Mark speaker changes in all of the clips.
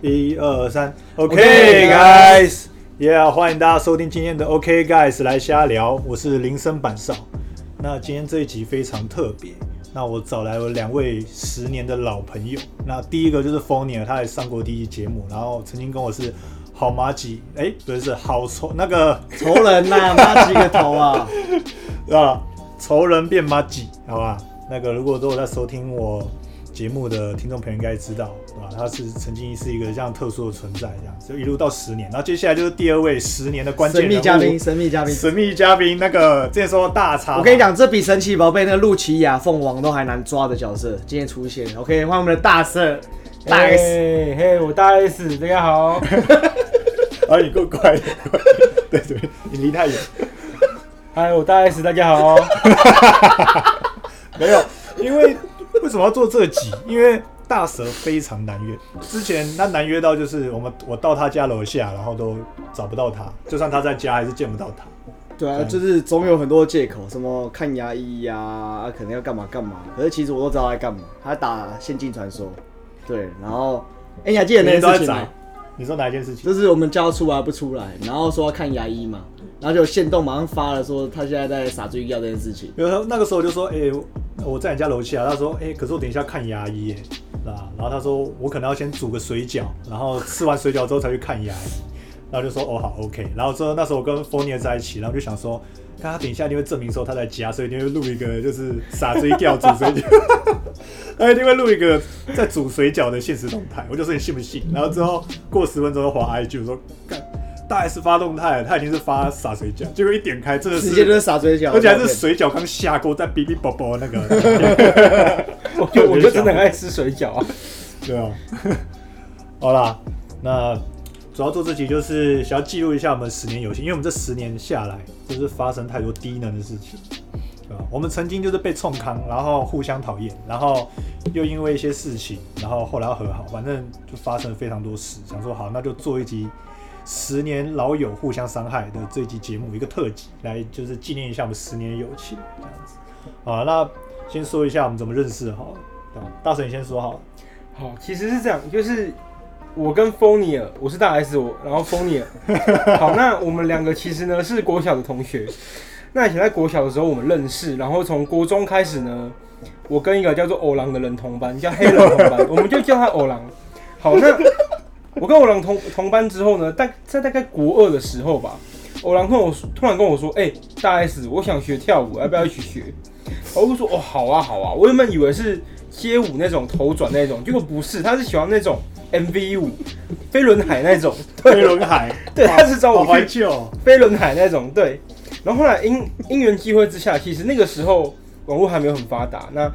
Speaker 1: 一二三
Speaker 2: OK, guys
Speaker 1: ，OK，guys，Yeah，欢迎大家收听今天的 OK Guys 来瞎聊，我是林森板少。那今天这一集非常特别，那我找来了两位十年的老朋友。那第一个就是 f o n i a 他也上过第一期节目，然后曾经跟我是好麻吉，哎，不是是好仇那个
Speaker 2: 仇人呐、妈几个头啊！
Speaker 1: 啊，仇人变马吉，好吧？那个如果都有在收听我节目的听众朋友应该知道，对吧？他是曾经是一个这样特殊的存在，这样就一路到十年，然后接下来就是第二位十年的 关键
Speaker 2: 神
Speaker 1: 人物啊
Speaker 2: 秘嘉宾，，神秘嘉宾，
Speaker 1: 神秘嘉宾，那个之前说到大叉，
Speaker 2: 我跟你，讲，这比神奇宝贝那个露琪亚、凤凰都还难抓的角色今天出现。OK，欢迎我们的大圣
Speaker 1: 哎
Speaker 2: 大 S。
Speaker 3: 嘿，嘿，我大 S，大家好。
Speaker 1: 啊，你够快的，对对，你离太远，
Speaker 3: 嗨，我大 S，大家好。
Speaker 1: 没有，因为为什么要做这集？因为大蛇非常难约，之前他难约到就是我们我到他家楼下，然后都找不到他，就算他在家还是见不到他。
Speaker 2: 对啊，就是总有很多借口，什么看牙医呀、啊，可能要干嘛干嘛。可是其实我都知道他在干嘛，他打《仙境传说》。对，然后，哎、你还记得那
Speaker 1: 每天
Speaker 2: 件
Speaker 1: 都
Speaker 2: 事
Speaker 1: 在
Speaker 2: 情
Speaker 1: 宰
Speaker 2: 吗？。
Speaker 1: 你说哪一件事情？
Speaker 2: 就是我们叫他出来不出来，然后说要看牙医嘛，然后就限动马上发了说他现在在傻追药这件事情。
Speaker 1: 比如说那个时候就说，哎、我在你家楼下。他说，哎、可是我等一下看牙医耶，啊，然后他说我可能要先煮个水饺，然后吃完水饺之后才去看牙医。然后就说哦好 OK，然后之后那时候我跟 f o n i 在一起，然后就想说，看他等一下一定会证明说他在家，所以一定会录一个就是傻追吊煮水饺， 他一定会录一个在煮水饺的现实动态。我就说你信不信？然后之后过十分钟又滑 IG，我说干大 S 发动态，他已经是发傻水饺，结果一点开真的
Speaker 2: 直接就是是傻追角，
Speaker 1: 而且还是水饺刚下锅，在哔哔啵啵那个，
Speaker 3: 我我就真的很爱吃水饺啊。
Speaker 1: 对啊。 好啦，那主要做这集就是想要记录一下我们十年游戏，因为我们这十年下来，就是发生太多低能的事情，对吧？我们曾经就是被冲康，然后互相讨厌，然后又因为一些事情，然后后来要和好，反正就发生了非常多事。想说好，那就做一集。十年老友互相伤害的这一集节目，一个特辑，来就是纪念一下我们十年的友情，这样子。好，那先说一下我们怎么认识的好了，对吧？大神你先说好了。
Speaker 3: 好，其实是这样，就是我跟 f o n i a 我是大 S，我然后啊 f o n i a 好，那我们两个其实呢是国小的同学。那以前在国小的时候我们认识，然后从国中开始呢，我跟一个叫做欧郎的人同班，叫黑人同班，我们就叫他欧郎。好，那我跟欧郎同同班之后呢，大在大概国二的时候吧，欧郎跟我说突然跟我说：“哎、大 S，我想学跳舞，要不要一起学？”然后我就说：“哦，好啊，好啊。”我原本以为是街舞那种头转那种，结果不是，他是喜欢那种 MV 舞，飞轮海那种。
Speaker 1: 飞轮 海，
Speaker 3: 对，他是找
Speaker 1: 好
Speaker 3: 我
Speaker 1: 怀
Speaker 3: 去
Speaker 1: 旧哦。
Speaker 3: 飞轮海那种，对。然后后来因因缘机会之下，其实那个时候网络还没有很发达，那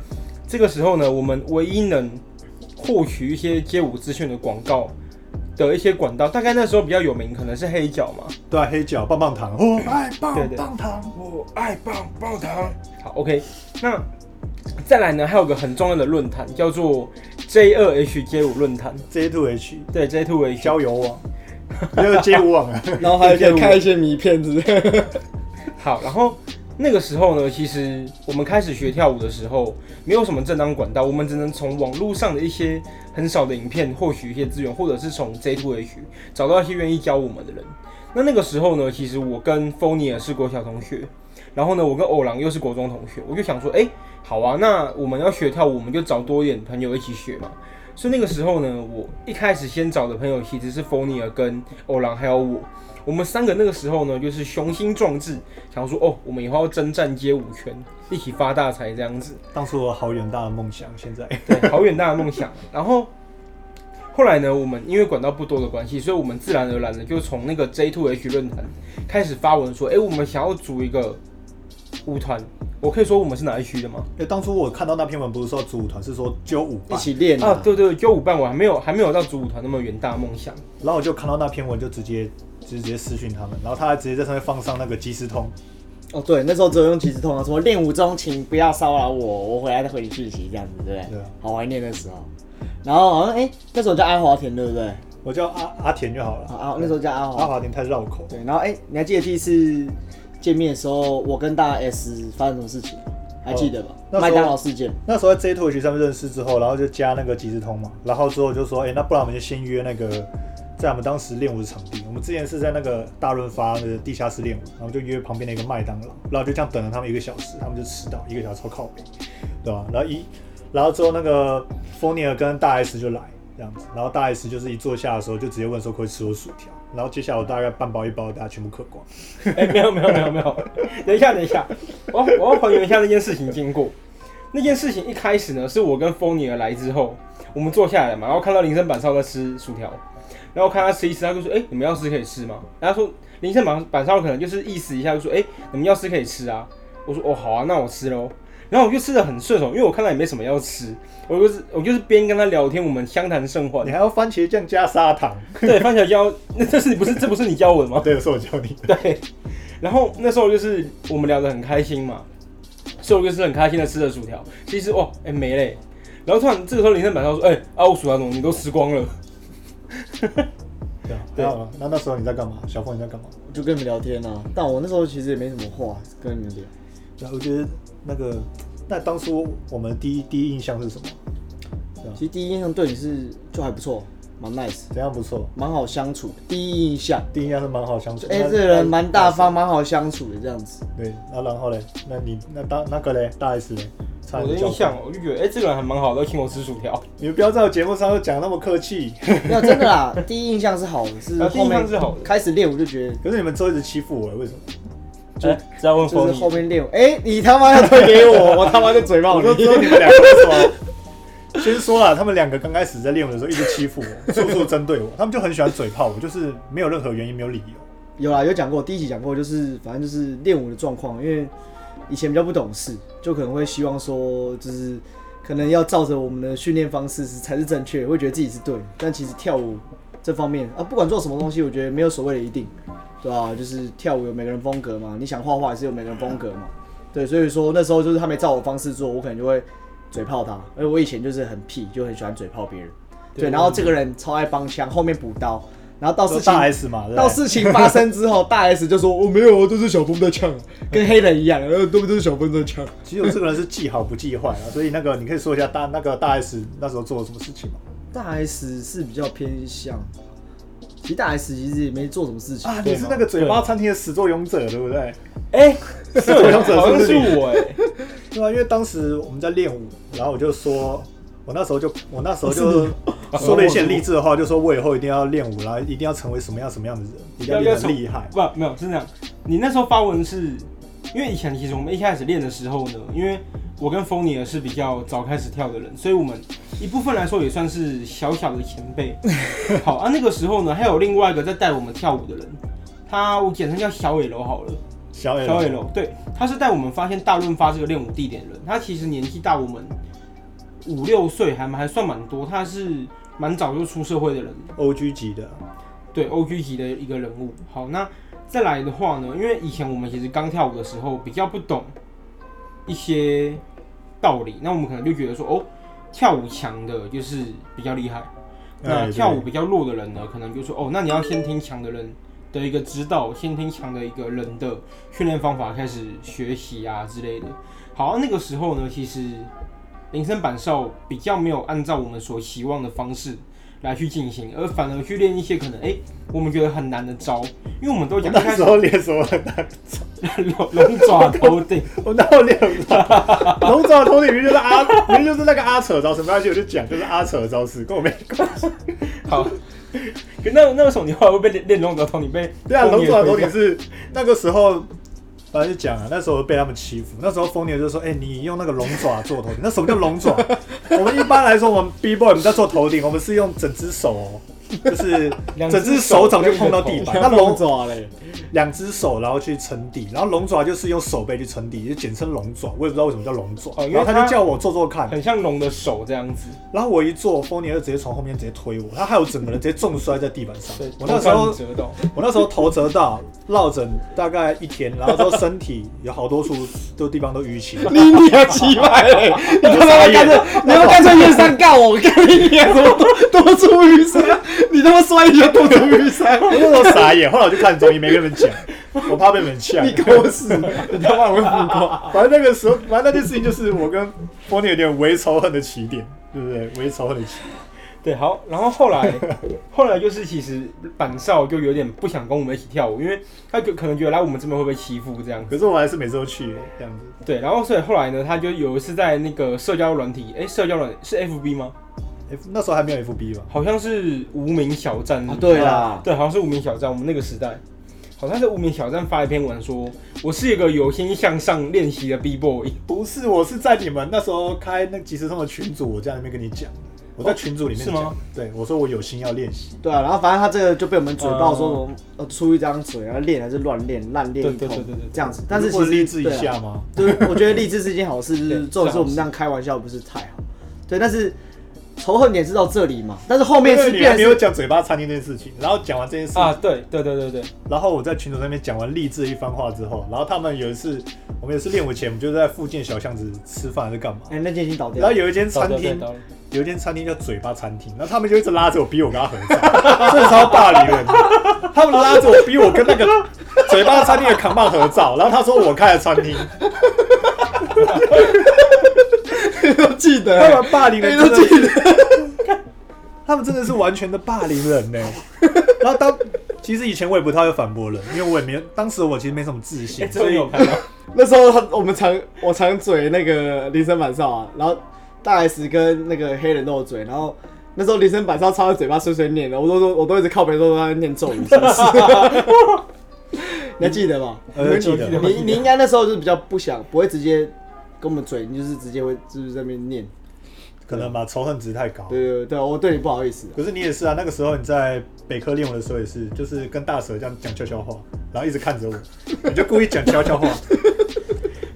Speaker 3: 这个时候呢，我们唯一能获取一些街舞资讯的广告的一些管道，大概那时候比较有名，可能是黑脚嘛。
Speaker 1: 对啊，黑脚棒棒 糖，我爱
Speaker 3: 对
Speaker 1: 棒
Speaker 3: 对
Speaker 1: 棒糖。
Speaker 3: 我爱棒棒糖。好，OK，那再来呢，还有个很重要的论坛叫做 J 二 H 街舞论坛，
Speaker 1: J Two H
Speaker 3: 对 J Two H
Speaker 1: 交友网， 没有街舞网啊。
Speaker 2: 然后还可以看一些迷片之类的。
Speaker 3: 好，然后那个时候呢，其实我们开始学跳舞的时候，没有什么正当管道，我们只能从网络上的一些很少的影片获取一些资源，或者是从 J Two H 找到一些愿意教我们的人。那那个时候呢，其实我跟 f o n i a 是国小同学，然后呢，我跟欧郎又是国中同学，我就想说，哎、好啊，那我们要学跳舞，我们就找多一点朋友一起学嘛。所以那个时候呢，我一开始先找的朋友其实是 f o n i a 跟欧郎还有我，我们三个那个时候呢，就是雄心壮志，想说哦，我们以后要征战街舞圈，一起发大财这样子，
Speaker 1: 当初我好远大的梦想，现在
Speaker 3: 对，好远大的梦想。 然后后来呢，我们因为管道不多的关系，所以我们自然而然的就从那个 J Two H 论坛开始发文说，哎、我们想要组一个舞团。我可以说我们是哪一区的吗？
Speaker 1: 哎，当初我看到那篇文不是说组舞团，是说揪舞
Speaker 2: 一
Speaker 1: 伴，
Speaker 2: 起练
Speaker 3: 啊
Speaker 2: 啊，，
Speaker 3: 对对，就舞伴我还没有还没有到组舞团那么远大的梦想。
Speaker 1: 然后我就看到那篇文就直接直接私讯他们，然后他还直接在上面放上那个即时通，
Speaker 2: 哦，对，那时候只有用即时通啊，说练舞中请不要骚扰我，我回来再回你讯息这样子，对不对？
Speaker 1: 对啊
Speaker 2: 好怀念那时候。然后好像哎、那时候叫阿华田，对不对？啊
Speaker 1: 我叫阿阿田就好了。
Speaker 2: 啊，那时候叫阿
Speaker 1: 阿
Speaker 2: 华。
Speaker 1: 华田太绕口，
Speaker 2: 对，然后哎、你还记得第一次见面的时候，我跟大 S 发生什么事情？还记得吧？
Speaker 1: 那时候
Speaker 2: 麦当劳事件，
Speaker 1: 那时候在 J Twitch 上面认识之后，然后就加那个即时通嘛，然后之后就说，哎、那不然我们就先约那个，在我们当时练舞的场地，我们之前是在那个大润发的地下室练舞，然后就约旁边的一个麦当劳，然后就这样等了他们一个小时，他们就迟到一个小时超靠北，对吧？然后一，然后之后那个 f o n i e r 跟大 S 就来这样子，然后大 S 就是一坐下的时候就直接问说可不可以吃我薯条，然后接下来我大概半包一包大家全部嗑光，
Speaker 3: 哎、没有没有没有没有，等一下等一下，我要我要还原一下那件事情经过。那件事情一开始呢，是我跟风尼尔来之后，我们坐下来嘛，然后看到林森板少在吃薯条，然后看他吃一吃，他就说：“哎、你们要吃可以吃吗？”然后他说林森板板少可能就是意思一下，就说：“哎、你们要吃可以吃啊。”我说：“哦，好啊，那我吃喽。”然后我就吃的很顺手，因为我看到也没什么要吃，我就是我就是边跟他聊天，我们相谈甚欢
Speaker 1: 你。还要番茄酱加砂糖，
Speaker 3: 对，番茄椒， 那这是你不是这不是你教我的吗？
Speaker 1: 哦对，是我教你的，
Speaker 3: 对，然后那时候就是我们聊得很开心嘛，所以我就是很开心的吃着薯条。其实哇，哎、没嘞。然后突然这个时候林森板上说：“哎、啊，我薯条怎么你都吃光了
Speaker 1: 对啊，
Speaker 3: 对
Speaker 1: 还好那那时候你在干嘛？小凤你在干嘛？
Speaker 2: 我就跟你们聊天啊。但我那时候其实也没什么话跟你们聊。
Speaker 1: 对啊，我觉得那个，那当初我们第一第一印象是什么？
Speaker 2: 其实第一印象对你是就还不错，蛮 nice，
Speaker 1: 怎样不错？
Speaker 2: 蛮好相处的。第一印象，
Speaker 1: 第一印象是蛮好相处。
Speaker 2: 哎、
Speaker 1: 那
Speaker 2: 这个人蛮大方，。蛮好相处的这样 子。
Speaker 1: 对，那然后嘞，那你那大那个嘞，大 S 嘞，”差
Speaker 3: 我
Speaker 1: 点
Speaker 3: 的
Speaker 1: 叫
Speaker 3: 印象，我就觉得哎、这个人还蛮好的，要请我吃薯条。
Speaker 1: 你们不要在我节目上都讲那么客气。
Speaker 2: 没有真的啦，第一印象是好的，是
Speaker 3: 啊第一
Speaker 2: 后
Speaker 3: 印
Speaker 2: 面
Speaker 3: 象是好的
Speaker 2: 开始练舞就觉得
Speaker 1: 可是你们都一直欺负我，为什么？
Speaker 3: 哎、是要问
Speaker 2: 就
Speaker 3: 风
Speaker 2: 是
Speaker 3: 你
Speaker 2: 后面练舞，哎、你他妈要推给我，我他妈就嘴爆
Speaker 3: 哦
Speaker 1: 我就。
Speaker 2: 你
Speaker 1: 知道你们 两个为什么。先说了，他们两个刚开始在练舞的时候一直欺负我，处处针对我，他们就很喜欢嘴炮我，就是没有任何原因，没有理由。
Speaker 2: 有啦，有讲过，第一集讲过，就是反正就是练舞的状况，因为以前比较不懂事，就可能会希望说，就是可能要照着我们的训练方式是才是正确，会觉得自己是对的。但其实跳舞这方面啊，不管做什么东西，我觉得没有所谓的一定，对吧、就是跳舞有每个人风格嘛，你想画画也是有每个人风格嘛，对。所以说那时候就是他没照我方式做，我可能就会嘴炮他，而我以前就是很屁，就很喜欢嘴炮别人。对，然后这个人超爱帮腔，后面补刀，然后到事
Speaker 1: 都
Speaker 2: 情
Speaker 1: 大 S 嘛，对不对
Speaker 2: 到事情发生之 后，大 S 就说：“我、没有啊，都是小峰在呛啊，跟黑人一样，呃，都都是小峰在呛。
Speaker 1: 其实我这个人是记好不记坏 啊，所以那个你可以说一下大那个大 S 那时候做了什么事情吗？”
Speaker 2: 大 S 是比较偏向，其实大 S 其实也没做什么事情，
Speaker 1: 啊，
Speaker 3: 对
Speaker 1: 你
Speaker 3: 吗
Speaker 1: 是那个嘴巴餐厅的始作俑者，对不对？
Speaker 3: 哎，这个人
Speaker 1: 这个
Speaker 3: 好像
Speaker 1: 是
Speaker 3: 是
Speaker 1: 你
Speaker 3: 我哎、
Speaker 1: 对啊，因为当时我们在练舞，然后我就说，我那时候就我那时候就 说了一些很励志的话，就说我以后一定要练舞，然后一定要成为什么样什么样的人，一定要练得厉害。
Speaker 3: 不，没有，是这样。你那时候发文是，因为以前其实我们一开始练的时候呢，因为我跟风尼尔是比较早开始跳的人，所以我们一部分来说也算是小小的前辈。好啊，那个时候呢，还有另外一个在带我们跳舞的人，他我简称叫小野楼好了。
Speaker 1: 小野
Speaker 3: 小野
Speaker 1: 龙，
Speaker 3: 楼，对，他是带我们发现大润发这个练舞地点的人。他其实年纪大我们五六岁，还蛮还算蛮多。他是蛮早就出社会的人，
Speaker 1: O G 级的，
Speaker 3: 对 O G 级的一个人物。好，那再来的话呢，因为以前我们其实刚跳舞的时候比较不懂一些道理，那我们可能就觉得说，哦，跳舞强的就是比较厉害，
Speaker 1: 哎
Speaker 3: 那
Speaker 1: 对
Speaker 3: 跳舞比较弱的人呢，可能就说，哦，那你要先听强的人的一个指导，先听强的一个人的训练方法开始学习啊之类的。好，那个时候呢，其实林森板少比较没有按照我们所期望的方式来去进行，而反而去练一些可能哎、我们觉得很难的招，因为我们都
Speaker 1: 我
Speaker 3: 讲一
Speaker 1: 那
Speaker 3: 开
Speaker 1: 时
Speaker 3: 始
Speaker 1: 候练什么？
Speaker 3: 龙龙爪头顶，
Speaker 1: 我那时候练什么 龙爪头顶明明就是阿，明明就是那个阿扯招式，没关系，我就讲，就是阿扯的招式，跟我没关系。
Speaker 3: 好。可那那个时候你后来会被练练龙爪头，你被
Speaker 1: 对啊，
Speaker 3: 风
Speaker 1: 龙
Speaker 3: 也
Speaker 1: 爪
Speaker 3: 推
Speaker 1: 头
Speaker 3: 掉
Speaker 1: 顶是那个时候，反正就讲啊，那时候被他们欺负。那时候疯牛就说：“哎、你用那个龙爪做头顶，那什么叫龙爪？我们一般来说，我们 B boy 我们在做头顶，我们是用整只手哦，就是
Speaker 3: 两只
Speaker 1: 整只手掌就碰到地板。那龙爪
Speaker 2: 爪嘞，
Speaker 1: 两只手然后去撑地，然后龙爪就是用手背去撑地，就简称龙爪。我也不知道为什么叫龙爪。
Speaker 3: 哦因为
Speaker 1: 然后他
Speaker 3: 它
Speaker 1: 就叫我做做看，
Speaker 3: 很像龙的手这样子。
Speaker 1: 然后我一做，疯牛就直接从后面直接推我，他害我整个人直接重摔在地板上
Speaker 3: 对，。
Speaker 1: 我那时候
Speaker 3: 头。折到，
Speaker 1: 我那时候头折到，落枕大概一天，然后之后身体有好多处都地方都淤 青。
Speaker 2: 你你要啊奇怪嘞， 你他妈干脆，你他妈干脆验伤告我，我跟你讲，我 都都出瘀伤，你他妈摔一下都出瘀伤。
Speaker 1: 我那时候傻眼，后来我就看中医，没跟你们讲。我怕被你们 呛。
Speaker 2: 你狗屎！
Speaker 3: 你他妈会浮夸。
Speaker 1: 反正那个时候，反正那件事情就是我跟 f o n y 有点为仇恨的起点，对不对？为仇恨的起点。
Speaker 3: 对，好，然后后来后来就是其实板少就有点不想跟我们一起跳舞，因为他就可能觉得来我们这边会被欺负这样。
Speaker 1: 可是我还是每次都去这样子。
Speaker 3: 对，然后所以后来呢，他就有一次在那个社交软体，哎，社交软是 FB 吗？
Speaker 1: F 那时候还没有 FB 吧？
Speaker 3: 好像是无名小站。
Speaker 2: 啊，对啦，
Speaker 3: 对，好像是无名小站，我们那个时代，好像在无名小站发一篇文说，我是一个有心向上练习的 B boy。
Speaker 1: 不是，我是在你们那时候开那个即时通的群组，我在那边跟你讲，我在群组里面
Speaker 3: 是
Speaker 1: 讲、
Speaker 3: 吗
Speaker 1: 对，我说我有心要练习。
Speaker 2: 对啊，然后反正他这个就被我们嘴爆
Speaker 3: 嗯
Speaker 2: 说我们呃出一张嘴，然后练还是乱练，烂练一
Speaker 3: 对对对
Speaker 2: 通
Speaker 3: 对对对
Speaker 2: 这样子。但是
Speaker 1: 或
Speaker 2: 其
Speaker 1: 者
Speaker 2: 实
Speaker 1: 励志一
Speaker 2: 对啊
Speaker 1: 下吗？
Speaker 2: 就是我觉得励志是一件好事，就是
Speaker 3: 对
Speaker 2: 重点是我们这样开玩笑不是太好。对，但是仇恨点是到这里嘛，但是后面是
Speaker 1: 因为你还
Speaker 2: 变
Speaker 1: 没
Speaker 2: 成
Speaker 1: 有
Speaker 2: 是
Speaker 1: 讲嘴巴餐厅这件事情，然后讲完这件事，
Speaker 3: 啊，对对对对对，
Speaker 1: 然后我在群组那边讲完励志一番话之后，然后他们有一次，我们也是练舞前，我们就在附近小巷子吃饭还是干嘛？
Speaker 2: 哎、那件已经倒掉
Speaker 1: 然后
Speaker 2: 了，
Speaker 1: 有一间
Speaker 3: 找
Speaker 1: 餐
Speaker 3: 到
Speaker 1: 厅
Speaker 3: 找，到了
Speaker 1: 有一间餐厅叫嘴巴餐厅，然后他们就一直拉着我，逼我跟他合 照，这超霸凌的。你知道吗他们拉着我，逼我跟那个嘴巴餐厅的扛棒合照，然后他说我开的餐厅，
Speaker 2: 都记 得
Speaker 1: 他们霸凌人
Speaker 2: 哎
Speaker 1: 真
Speaker 2: 都
Speaker 1: 的
Speaker 2: 记
Speaker 1: 是，他们真的是完全的霸凌人呢、 然后当其实以前我也不太会反驳人，因为我也没有，当时我其实没什么自
Speaker 3: 哎，
Speaker 1: 信，
Speaker 3: 真的有 看到，
Speaker 2: 那时候他我们常我常嘴那个林森板少啊，然后大 S 跟那个黑人都有嘴，然后那时候林森板少插着嘴巴碎碎念的，我都说我都一直靠别人说他在念咒 语，是不是？你还记得吗？
Speaker 1: 呃，记得
Speaker 2: 你你应该那时候就是比较不想，不会直接跟我们嘴，你就是直接会就是在那边念，
Speaker 1: 可能吧，仇恨值太高。
Speaker 2: 对对对对，我对你不好意 思啊、
Speaker 1: 可是你也是啊，那个时候你在北科练舞的时候也是，就是跟大蛇这样讲悄悄话，然后一直看着我， 你就故意讲悄悄话，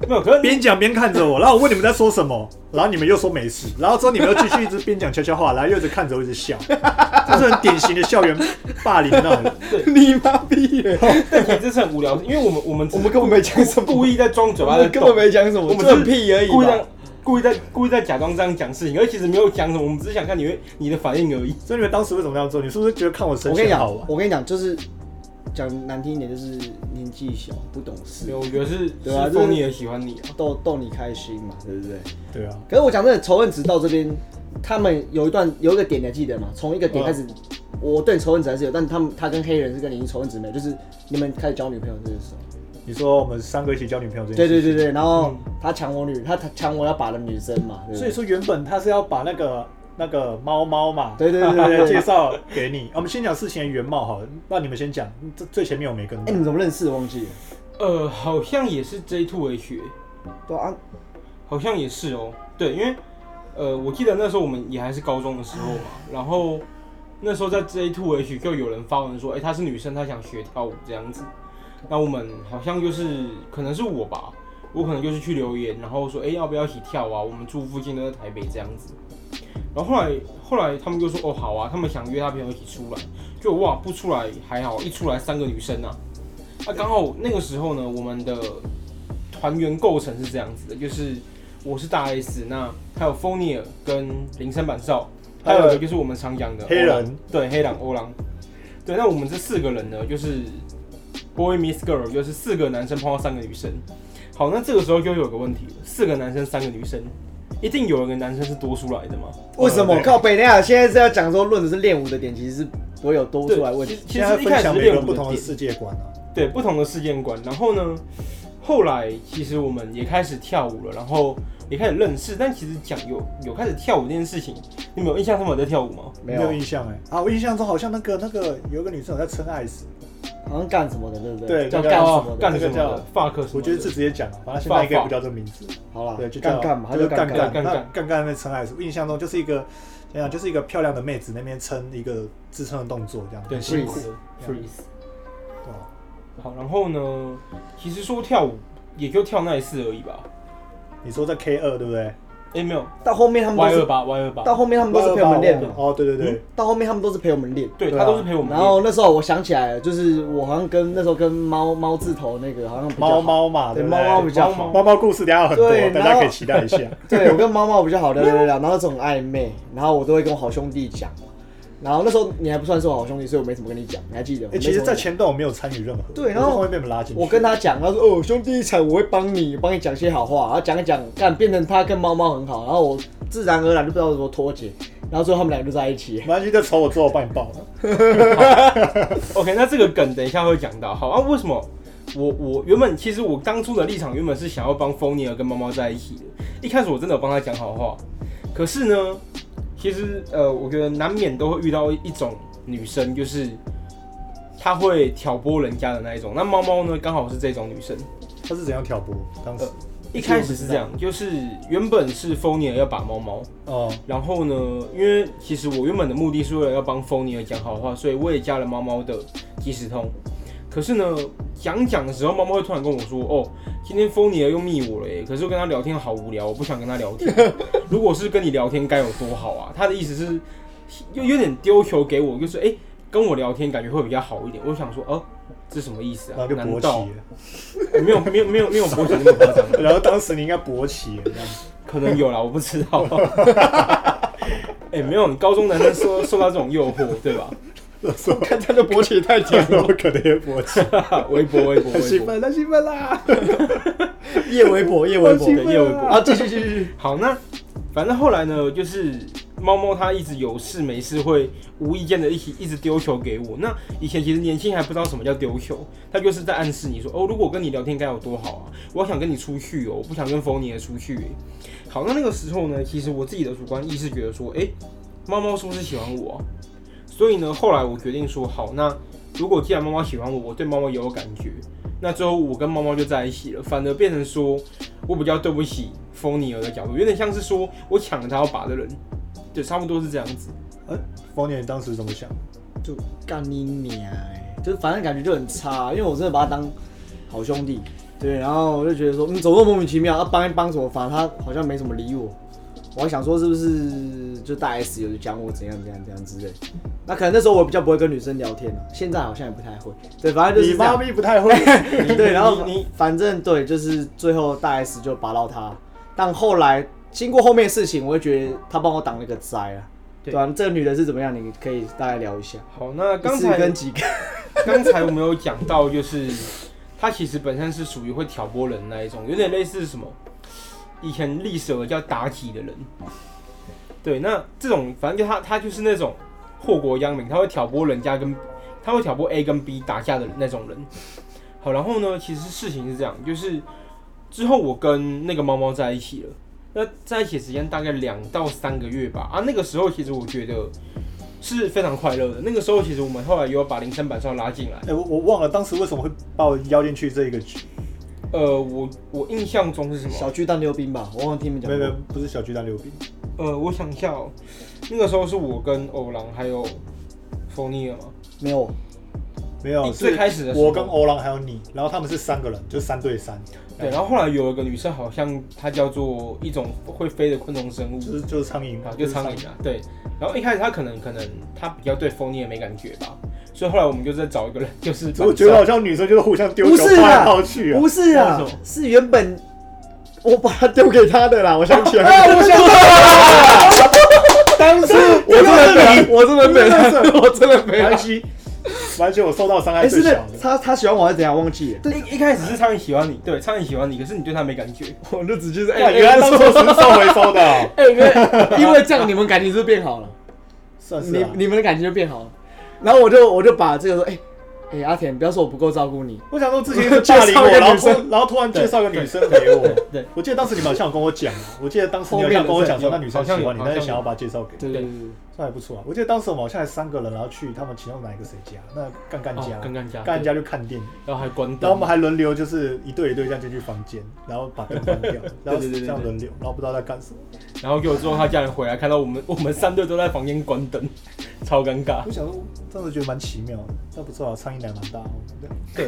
Speaker 3: 没有，可是
Speaker 1: 边讲边看着我，然后我问你们在说什么，然后你们又说没事，然后之后你们又继续一直边讲悄悄话，然后又一直看着我一直笑，就是很典型的校园霸凌那种。
Speaker 2: 你妈逼耶！
Speaker 3: 但其实这是很无聊，因为我们我们
Speaker 2: 我们根本没讲什么，
Speaker 3: 故意在装嘴
Speaker 2: 我
Speaker 3: 巴在
Speaker 2: 们根本
Speaker 3: 动，
Speaker 2: 没讲什么，
Speaker 3: 我们
Speaker 2: 就很屁而已
Speaker 3: 故意
Speaker 2: 吧
Speaker 3: 在。故意在故意在假装这样讲事情，而其实没有讲什么，我们只是想看你会你的反应而已。
Speaker 1: 所以你们当时为什么这样做？你是不是觉得看我
Speaker 2: 我
Speaker 1: 神
Speaker 2: 跟
Speaker 1: 仙
Speaker 2: 你讲
Speaker 1: 好，玩？
Speaker 2: 我跟你讲，就是讲难听一点，就是年纪小不懂
Speaker 3: 没
Speaker 2: 事
Speaker 3: 有，，我觉得是
Speaker 2: 对啊
Speaker 3: 是
Speaker 2: 就是
Speaker 3: 风也喜欢你啊，
Speaker 2: 逗逗你开心嘛，对不对？
Speaker 1: 对啊，
Speaker 2: 可是我讲真的，仇恨值到这边，他们有一段有一个点你还记得吗？从一个
Speaker 1: 嗯
Speaker 2: 点开始，我对仇恨值还是有，但他们他跟黑人是跟你仇恨值没有，就是你们开始交女朋友这个时候。
Speaker 1: 你说我们三个一起交女朋友这件
Speaker 2: 对
Speaker 1: 事，
Speaker 2: 对对对，然后
Speaker 3: 嗯
Speaker 2: 他抢我女，他他抢我要把的女生嘛，对不
Speaker 1: 所以
Speaker 2: 对？
Speaker 1: 说原本他是要把那个那个猫猫嘛，
Speaker 2: 对对对对对
Speaker 1: 介绍给你。啊我们先讲事情的原貌好了，那你们先讲，这最前面我没跟
Speaker 2: 哎，
Speaker 1: 到
Speaker 2: 你。们怎么认识的？忘记了。
Speaker 3: 呃，好像也是 J two 为学，
Speaker 2: 对啊，
Speaker 3: 好像也是哦，对，因为呃，我记得那时候我们也还是高中的时候嘛，然后那时候在 J Two H 就有人发文说，哎、她是女生，她想学跳舞这样子。那我们好像就是可能是我吧，我可能就是去留言，然后说，哎、要不要一起跳啊？我们住附近都在台北这样子。然后后来后来他们就说，哦，好啊，他们想约他朋友一起出来，就哇不出来还好，一出来三个女生啊。那、刚好那个时候呢，我们的团员构成是这样子的，就是我是大 S，那还有 f o n i e r 跟林森板少，还有一个就是我们常讲的
Speaker 1: 黑人
Speaker 3: 欧郎，对黑狼欧郎，对，那我们这四个人呢，就是 boy miss girl，就是四个男生碰到三个女生。好，那这个时候就有个问题了，四个男生三个女生，一定有一个男生是多出来的嘛？
Speaker 2: 为什么
Speaker 1: 哦对
Speaker 2: 靠北那亚现在是要讲说论的是练舞的点，其实是不会有多出来问
Speaker 3: 对
Speaker 2: 题。
Speaker 3: 其
Speaker 1: 现在
Speaker 3: 实其实一
Speaker 1: 分
Speaker 3: 开始
Speaker 1: 享
Speaker 3: 是
Speaker 1: 每个人
Speaker 3: 练
Speaker 1: 不
Speaker 3: 舞
Speaker 1: 同
Speaker 3: 的
Speaker 1: 的
Speaker 3: 点，
Speaker 1: 世界观啊。
Speaker 3: 对不同的事件观。然后呢，后来其实我们也开始跳舞了，然后也开始认识。但其实讲有有开始跳舞这件事情，你们有印象他们有在跳舞吗？
Speaker 2: 没
Speaker 1: 没
Speaker 2: 有
Speaker 1: 有，印象哎、啊，我印象中好像那个那个有一个女生有在撑爱死，
Speaker 2: 好像干什么的，对不对？
Speaker 1: 对
Speaker 2: 叫
Speaker 1: 那
Speaker 2: 干
Speaker 1: 个
Speaker 2: 什么
Speaker 3: 哦
Speaker 2: 的？
Speaker 3: 干什么
Speaker 1: 那个
Speaker 3: 的？fuck 什么的
Speaker 1: 我觉得是直接讲啊，反正现在应该也不叫这名字，
Speaker 2: 好啦
Speaker 1: 对，就，叫
Speaker 2: 干干嘛？他
Speaker 1: 就
Speaker 2: 就是干
Speaker 1: 干
Speaker 2: 干。
Speaker 1: 干，
Speaker 3: 干
Speaker 1: 那
Speaker 3: 干
Speaker 1: 干干那撑爱死，我印象中就是一个。怎样，就是一个漂亮的妹子那边撑一个支撑的动作，这样啊
Speaker 3: 对
Speaker 1: 很辛苦，
Speaker 3: freeze freeze。
Speaker 1: 对吧
Speaker 3: 好，然后呢，其实说跳舞也就跳那一次而已吧。
Speaker 1: 你说在 K 二对不对？
Speaker 3: 哎、没有
Speaker 2: 到后面他们
Speaker 3: Y
Speaker 2: 都
Speaker 3: 二
Speaker 2: 是，
Speaker 3: 八 Y 二八，
Speaker 2: 到后面他们都是陪我们嗯练嘛。
Speaker 1: 哦，对对对，
Speaker 2: 到后面他们都是陪我们练。
Speaker 3: 对
Speaker 1: 对啊
Speaker 3: 他都是陪我们
Speaker 2: 然
Speaker 3: 练。
Speaker 2: 后那时候我想起来了，就是我好像跟那时候跟猫猫字头那个好像比较
Speaker 1: 猫
Speaker 2: 好
Speaker 1: 猫嘛，对
Speaker 2: 对
Speaker 1: 不
Speaker 2: 猫
Speaker 1: 对
Speaker 2: 猫比较
Speaker 3: 猫
Speaker 2: 好
Speaker 3: 猫，
Speaker 1: 猫猫故事等一下有很
Speaker 2: 对
Speaker 1: 多，大
Speaker 2: 然
Speaker 1: 家
Speaker 2: 后
Speaker 1: 可以期 待一下。
Speaker 2: 对我跟猫猫比较好聊聊聊聊，然后这种暧昧，然后我都会跟我好兄弟讲嘛，然后那时候你还不算是我好兄弟，所以我没怎么跟你讲，你还记得？
Speaker 1: 哎、其实，在
Speaker 2: 前。
Speaker 1: 前段我没有参与任何，
Speaker 2: 对然后
Speaker 1: 我是后面被你们拉进去。
Speaker 2: 我跟他讲，他说：“哦，兄弟一场，我会帮你，帮你讲些好话。”然后讲一讲，干变成他跟猫猫很好，然后我自然而然就不知道怎么脱节，然后最后他们两个就在一起。
Speaker 1: 没关系，这仇我之后帮你报。
Speaker 3: OK，那这个梗等一下会讲到。好啊，为什么我我原本其实我当初的立场原本是想要帮风尼尔跟猫猫在一起的，一开始我真的有帮他讲好话，可是呢，其实呃，我觉得难免都会遇到一种女生，就是她会挑拨人家的那一种。那猫猫呢，刚好是这种女生。
Speaker 1: 他是怎样挑拨？当时
Speaker 3: 呃一开始是这样，就是原本是风尼尔要把猫猫，
Speaker 2: 呃
Speaker 1: 哦，
Speaker 3: 然后呢，因为其实我原本的目的是为了要帮风尼尔讲好话，所以我也加了猫猫的即时通。可是呢，讲讲的时候，猫猫会突然跟我说：“哦，今天风尼尔又密我了耶。”可是我跟他聊天好无聊，我不想跟他聊天。 如果是跟你聊天该有多好啊！他的意思是，又有点丢球给我，就是哎、跟我聊天感觉会比较好一点。我想说，哦、这什么意思
Speaker 1: 然
Speaker 3: 啊
Speaker 1: 后？就
Speaker 3: 难
Speaker 1: 勃
Speaker 3: 道
Speaker 1: 起了，
Speaker 3: 没有没有没有没有博起那么夸张？
Speaker 1: 然后当时你应该勃起了，这样子
Speaker 3: 可能有啦，我不知道。哎、没有，你高中男生受受到这种诱惑，对吧？
Speaker 2: 看他的勃起太
Speaker 1: 这样 我可能也勃起。
Speaker 3: 微博，微博，
Speaker 2: 太
Speaker 3: 微
Speaker 2: 兴
Speaker 3: 博。
Speaker 2: 奋，太兴奋啦！ 叶微博，叶微博
Speaker 3: 对，叶微博
Speaker 2: 啊，继续继续继续。
Speaker 3: 好，那反正后来呢，就是猫猫它一直有事没事会无意间的一起一直丢球给我。那以前其实年轻还不知道什么叫丢球，它就是在暗示你说，哦，如果我跟你聊天该有多好啊，我想跟你出去哦，我不想跟冯尼尔出去耶。欸好，那那个时候呢，其实我自己的主观意识觉得说，哎、猫猫是不是喜欢我啊、所以呢，后来我决定说，好，那如果既然猫猫喜欢我，我对猫猫也有感觉，那最后我跟猫猫就在一起了，反而变成说我比较对不起风尼尔的角度，有点像是说我抢了他要把的人，对，差不多是这样子。
Speaker 2: 呃
Speaker 1: 丰年，你当时怎么想？
Speaker 2: 就干你娘欸！就是反正感觉就很差，啊因为我真的把他当好兄弟，对，然后我就觉得说，嗯，怎么那么莫名其妙，要、啊、帮一帮什么，反正他好像没什么理我，我还想说是不是就大 S 有讲我怎样怎样怎样之类，那可能那时候我比较不会跟女生聊天了、现在好像也不太会，对，反正就是
Speaker 1: 你
Speaker 2: 这样
Speaker 1: 妈咪不太会。哎
Speaker 2: 对，然后
Speaker 3: 你
Speaker 2: 你反正对，就是最后大 S 就拔到他，但后来经过后面的事情，我会觉得他帮我挡了个灾啊。
Speaker 3: 对
Speaker 2: 对啊，这个女的是怎么样？你可以大概聊一下。
Speaker 3: 好，那刚
Speaker 2: 一次
Speaker 3: 才
Speaker 2: 跟几个
Speaker 3: 刚才我们有讲到，就是他其实本身是属于会挑拨人那一种，有点类似什么以前历史有个叫妲己的人，对，那这种反正就他他就是那种祸国殃民，他会挑拨人家跟他会挑拨 A 跟 B 打架的那种人。好，然后呢，其实事情是这样，就是之后我跟那个猫猫在一起了，那在一起的时间大概两到三个月吧。啊，那个时候其实我觉得是非常快乐的。那个时候其实我们后来也有把林森板少拉进来。
Speaker 1: 哎、我我忘了当时为什么会把我邀进去这一个局。
Speaker 3: 呃，我我印象中是什么？
Speaker 2: 小巨蛋溜冰吧，我忘了听你们讲
Speaker 1: 没
Speaker 2: 过。
Speaker 1: 有没有，不是小巨蛋溜冰，
Speaker 3: 呃，我想一下哦，那个时候是我跟欧郎还有冯尼尔嘛。
Speaker 2: 没有，
Speaker 1: 没有，
Speaker 3: 你最
Speaker 1: 是
Speaker 3: 开始的时候
Speaker 1: 我跟欧郎还有你，然后他们是三个人，就三对三，
Speaker 3: 对，然后后来有一个女生，好像她叫做一种会飞的昆虫生物，
Speaker 1: 就是就是苍蝇
Speaker 3: 啊，就苍蝇啊，对。然后一开始他可能可能他比较对风力也没感觉吧，所以后来我们就在找一个人，就是
Speaker 1: 我觉得好像女生就是互相丢球
Speaker 2: 不是
Speaker 1: 抛来
Speaker 2: 啊
Speaker 1: 抛去啊
Speaker 2: 不。是啊
Speaker 3: 那是什么，
Speaker 2: 是原本我把它 丢给他的啦。我想起来，
Speaker 1: 哎我想
Speaker 2: 当时我真的没有，我真的没有，我真的没
Speaker 1: 没
Speaker 2: 有
Speaker 1: 关。系，完全我受到伤害
Speaker 2: 哎，
Speaker 1: 最
Speaker 2: 是
Speaker 1: 小
Speaker 2: 的
Speaker 1: 的，。
Speaker 2: 他他喜欢我还是怎样？忘记了。
Speaker 3: 对
Speaker 1: 啊
Speaker 3: 一一开始是苍蝇喜欢你，对，苍蝇喜欢你，可是你对他没感觉，
Speaker 2: 我就直接哎是
Speaker 1: 干原来当初是受回收的哦，
Speaker 2: 哎，因为因为这样你们感情是不是变好 了。
Speaker 1: 算是
Speaker 2: 你
Speaker 1: 啊。
Speaker 2: 你们的感情就变好了。然后我就我就把这个说，哎、哎、阿田，不要说我不够照顾你，
Speaker 1: 我想说之前是霸凌我，
Speaker 2: 介绍一个
Speaker 1: 然后
Speaker 2: 女
Speaker 1: 突
Speaker 2: 生
Speaker 1: 然然后突然介绍一个女生给我。
Speaker 3: 对，
Speaker 1: 我记得当时你们好像有跟我讲，我记得当时你好像跟我讲说那女生喜欢你，但是想要把她介绍给你，
Speaker 2: 对对对对
Speaker 1: 这还不错啊。我记得当时我们好像还三个人，然后去他们其中哪一个谁家，那干干家，
Speaker 3: 哦干干家
Speaker 1: 干家就看电影，
Speaker 3: 然后还关
Speaker 1: 然后我
Speaker 3: 灯
Speaker 1: 们，还轮流就是一对一对这样进去房间，然后把灯关 掉，然后
Speaker 3: 对对对
Speaker 1: 这样
Speaker 3: 对
Speaker 1: 轮流，然后不知道在干什么。
Speaker 3: 然后给我之后他家人回来看到我们我们三队都在房间关灯，超尴尬
Speaker 1: 我。想说，当时觉得蛮奇妙的，但不知道苍蝇奶蛮大哦。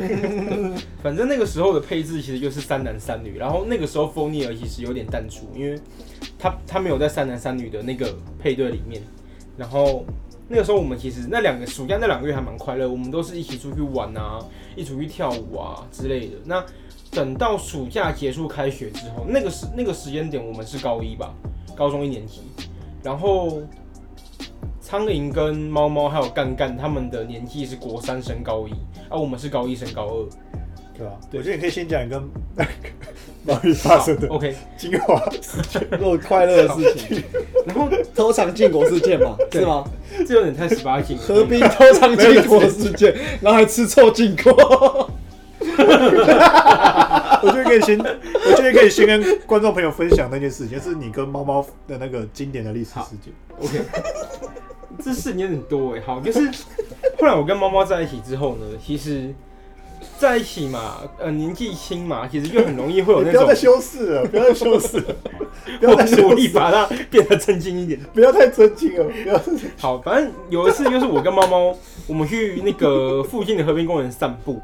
Speaker 3: 反正那个时候的配置其实就是三男三女，然后那个时候风尼尔其实有点淡出，因为他他没有在三男三女的那个配对里面。然后那个时候我们其实那两个暑假那两个月还蛮快乐，我们都是一起出去玩啊，一起出去跳舞啊之类的。那等到暑假结束开学之后，那个时那个时间点我们是高一吧，高中一年级，然后。苍蝇跟猫猫还有干干他们的年纪是国三升高一，而、啊我们是高一升高二。
Speaker 1: 对吧？
Speaker 3: 对
Speaker 1: 我觉得你可以先讲 一个猫咪发啊生的
Speaker 3: 好 OK，
Speaker 1: 精华，
Speaker 2: 做快乐的事 情，
Speaker 3: 然后
Speaker 2: 偷尝禁果事件嘛，
Speaker 3: 对
Speaker 2: 是吗？
Speaker 3: 这有点太十八禁 了，
Speaker 2: 何必 偷尝禁果事 件，然后还吃臭禁果？
Speaker 1: 我觉得可以先，我觉得可以先跟观众朋友分享那件事情，就是你跟猫猫的那个经典的历史事件。
Speaker 3: OK，这事情有点多哎。好，就是后来我跟猫猫在一起之后呢，其实在一起嘛，呃，年纪轻嘛，其实就很容易会有
Speaker 1: 你
Speaker 3: 那
Speaker 1: 不要再
Speaker 3: 种，
Speaker 1: 修饰了，不要再修饰 了，不要
Speaker 3: 我
Speaker 1: 再
Speaker 3: 努
Speaker 1: 修
Speaker 3: 力
Speaker 1: 饰，
Speaker 3: 把它变得正经一点。
Speaker 1: 不要太尊敬了，不要。
Speaker 3: 好，反正有一次就是我跟猫猫，我们去那个附近的河边公园散步，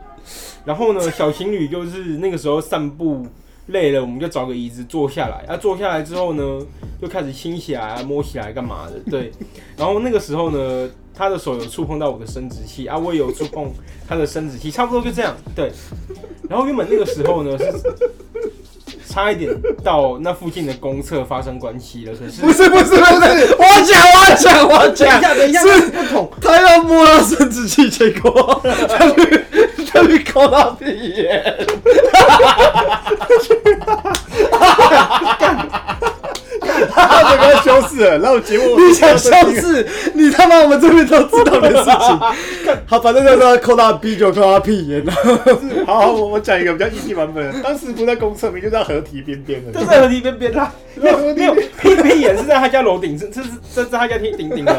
Speaker 3: 然后呢，小情侣就是那个时候散步累了，我们就找个椅子坐下来。啊，坐下来之后呢，就开始亲起来、啊、摸起来干嘛的，对。然后那个时候呢，他的手有触碰到我的生殖器，啊，我也有触碰他的生殖器，差不多就这样，对。然后原本那个时候呢是。差一点到那附近的公厕发生关系了，可是
Speaker 2: 不是不是不是，我要讲我要讲我要
Speaker 3: 等
Speaker 2: 讲
Speaker 3: 一下，等一下，
Speaker 2: 是
Speaker 3: 不同，
Speaker 2: 他要摸到生殖器，结 果他去他去抠到屁眼，
Speaker 1: 他整个修饰了，然后结果
Speaker 2: 你想像 是你他妈我们这边都知道的事情。好，反正就是他抠到逼就抠到屁眼，然 后
Speaker 1: 好，好我我讲一个比较硬气版本的，当时不在公厕，明明就在河堤边边而
Speaker 3: 就
Speaker 1: 已。
Speaker 3: 在河堤边边啦，没有没有，屁屁眼是在他家楼顶，这这是这是他家顶顶顶楼，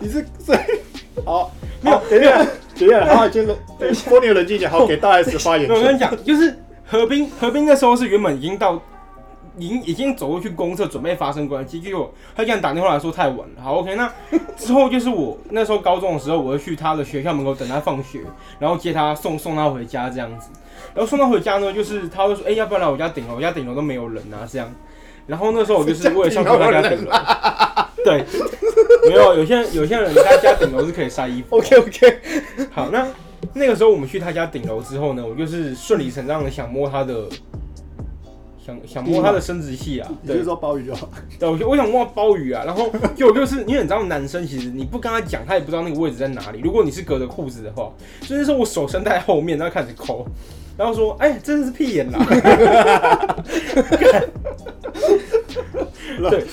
Speaker 1: 你是这好，好，等一下，等一下，好，接着，波妞冷静一点，好，给大 S 发言
Speaker 3: 我跟你
Speaker 1: 权。
Speaker 3: 讲， 就是何冰，何冰那时候是原本已经到，已经已经走过去公厕准备发生关系，结果他竟然打电话来说太晚了。好，OK，那之后就是我那时候高中的时候，我会去他的学校门口等他放学，然后接他送送他回家这样子。然后送他回家呢，就是他会说，哎、要不要来我家顶楼？我家顶楼都没有人啊，这样。然后那时候我就是为了上课在家顶楼，对，没有有些人有些人他家顶楼是可以晒衣服的。
Speaker 2: OK OK，
Speaker 3: 好，那那个时候我们去他家顶楼之后呢，我就是顺理成章的想摸他的，想想摸他的生殖器啊，
Speaker 1: 你
Speaker 3: 对
Speaker 1: 就，说鲍鱼就好，
Speaker 3: 对，我就我想摸到鲍鱼啊，然后就就是因为你知道男生其实你不跟他讲，他也不知道那个位置在哪里。如果你是隔着裤子的话，所以那时候我手伸在后面，然后开始抠，然后说，哎、真的是屁眼啦， 对。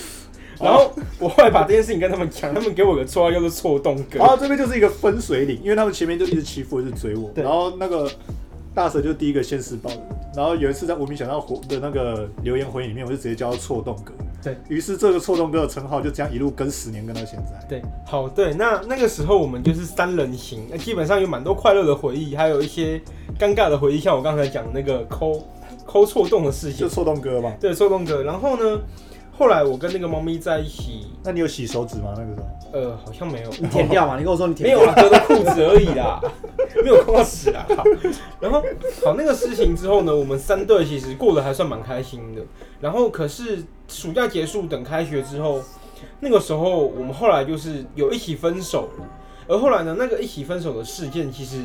Speaker 3: 然后我后来把这件事情跟他们讲，他们给我个绰号叫做“错动哥”。
Speaker 1: 然后这边就是一个分水岭，因为他们前面就一直欺负，一直追我，
Speaker 3: 对
Speaker 1: 然后那个大蛇就第一个先施暴的，然后有一次在无名小站火的那个留言回应里面，我就直接叫他错动哥，
Speaker 3: 对
Speaker 1: 于是这个错动哥的称号就这样一路跟十年跟到现在。
Speaker 3: 对，好，对，那那个时候我们就是三人行，呃基本上有蛮多快乐的回忆，还有一些尴尬的回忆，像我刚才讲的那个抠抠错洞的事
Speaker 1: 就
Speaker 3: 情，
Speaker 1: 错动哥嘛，
Speaker 3: 对，错洞哥。然后呢，后来我跟那个猫咪在一起，
Speaker 1: 那你有洗手指吗？那个时候？
Speaker 3: 呃，好像没有，
Speaker 2: 你舔掉嘛？你跟我说你舔
Speaker 3: 没
Speaker 2: 掉
Speaker 3: 有啦，隔着裤子而已啦， 没有抠到屎啦。好然后好那个事情之后呢，我们三队其实过得还算蛮开心的。然后可是暑假结束，等开学之后，那个时候我们后来就是有一起分手了。而后来呢，那个一起分手的事件，其实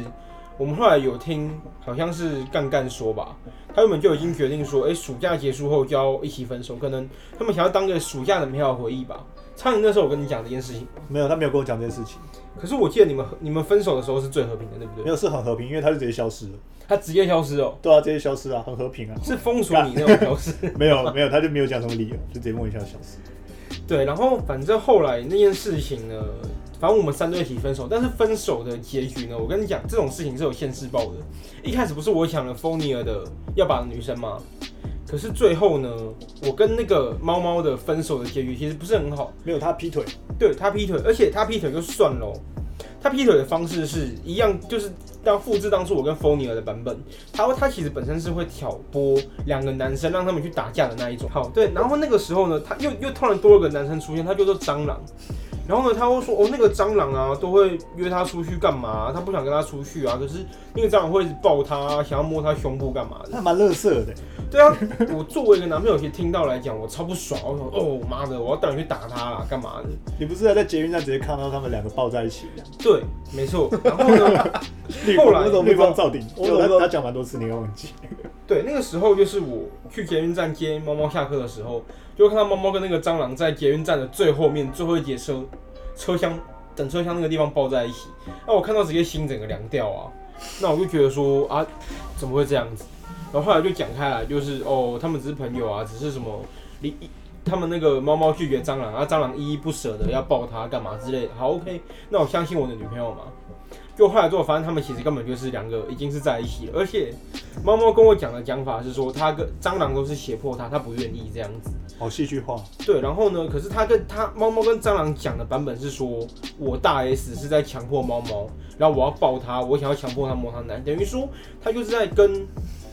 Speaker 3: 我们后来有听，好像是干干说吧，他们就已经决定说，哎、暑假结束后就要一起分手，可能他们想要当个暑假的美好回忆吧。苍蝇那时候我跟你讲这件事情。
Speaker 1: 没有，他没有跟我讲这件事情，
Speaker 3: 可是我记得你们你们分手的时候是最和平的，对不
Speaker 1: 没
Speaker 3: 对？
Speaker 1: 有是很和平，因为他就直接消失了。
Speaker 3: 他直接消失哦，
Speaker 1: 对啊，直接消失啊，很和平啊。
Speaker 3: 是封锁你那种消失。
Speaker 1: 没有没有，他就没有讲什么理由，就直接问一下消失。
Speaker 3: 对，然后反正后来那件事情呢，反正我们三对一起分手，但是分手的结局呢，我跟你讲，这种事情是有现世报的。一开始不是我想了丰尼尔的要把女生嘛，可是最后呢，我跟那个猫猫的分手的结局其实不是很好，
Speaker 1: 没有他劈腿，
Speaker 3: 对他劈腿，而且他劈腿就算了哦，他劈腿的方式是一样，就是当复制当初我跟 f o n i 的版本，他他其实本身是会挑拨两个男生，让他们去打架的那一种。好，对，然后那个时候呢，他又又突然多了个男生出现，他叫做蟑螂。然后呢，他会说哦，那个蟑螂啊，都会约他出去干嘛、他不想跟他出去啊，可是那个蟑螂会一直抱他，想要摸他胸部干嘛的。
Speaker 1: 他蛮乐色的。
Speaker 3: 对啊，我作为一个男朋友，其实听到来讲，我超不爽，我想哦妈的，我要带你去打他啦，干嘛的？
Speaker 1: 你不是还在捷运站直接看到他们两个抱在一起，
Speaker 3: 对，没错。然后呢，
Speaker 1: 绿
Speaker 3: 后来
Speaker 1: 光绿光照顶，
Speaker 2: 我
Speaker 1: 我
Speaker 2: 怎么
Speaker 1: 他他讲蛮多次，你忘记？
Speaker 3: 对，那个时候就是我去捷运站接猫猫下课的时候，就看到猫猫跟那个蟑螂在捷运站的最后面最后一节车车厢等车厢那个地方抱在一起，那我看到直接心整个凉掉啊，那我就觉得说啊，怎么会这样子？然后后来就讲开来，就是哦，他们只是朋友啊，只是什么你一他们那个猫猫拒绝蟑螂，啊，蟑螂依依不舍的要抱它干嘛之类的。好，OK，那我相信我的女朋友嘛。就后来之后，发现他们其实根本就是两个已经是在一起了，而且猫猫跟我讲的讲法是说，它跟蟑螂都是胁迫它，它不愿意这样子。
Speaker 1: 好哦戏剧化，
Speaker 3: 对，然后呢？可是他跟他猫猫跟蟑螂讲的版本是说，我大 S 是在强迫猫猫，然后我要抱它，我想要强迫它摸它奶，等于说他就是在跟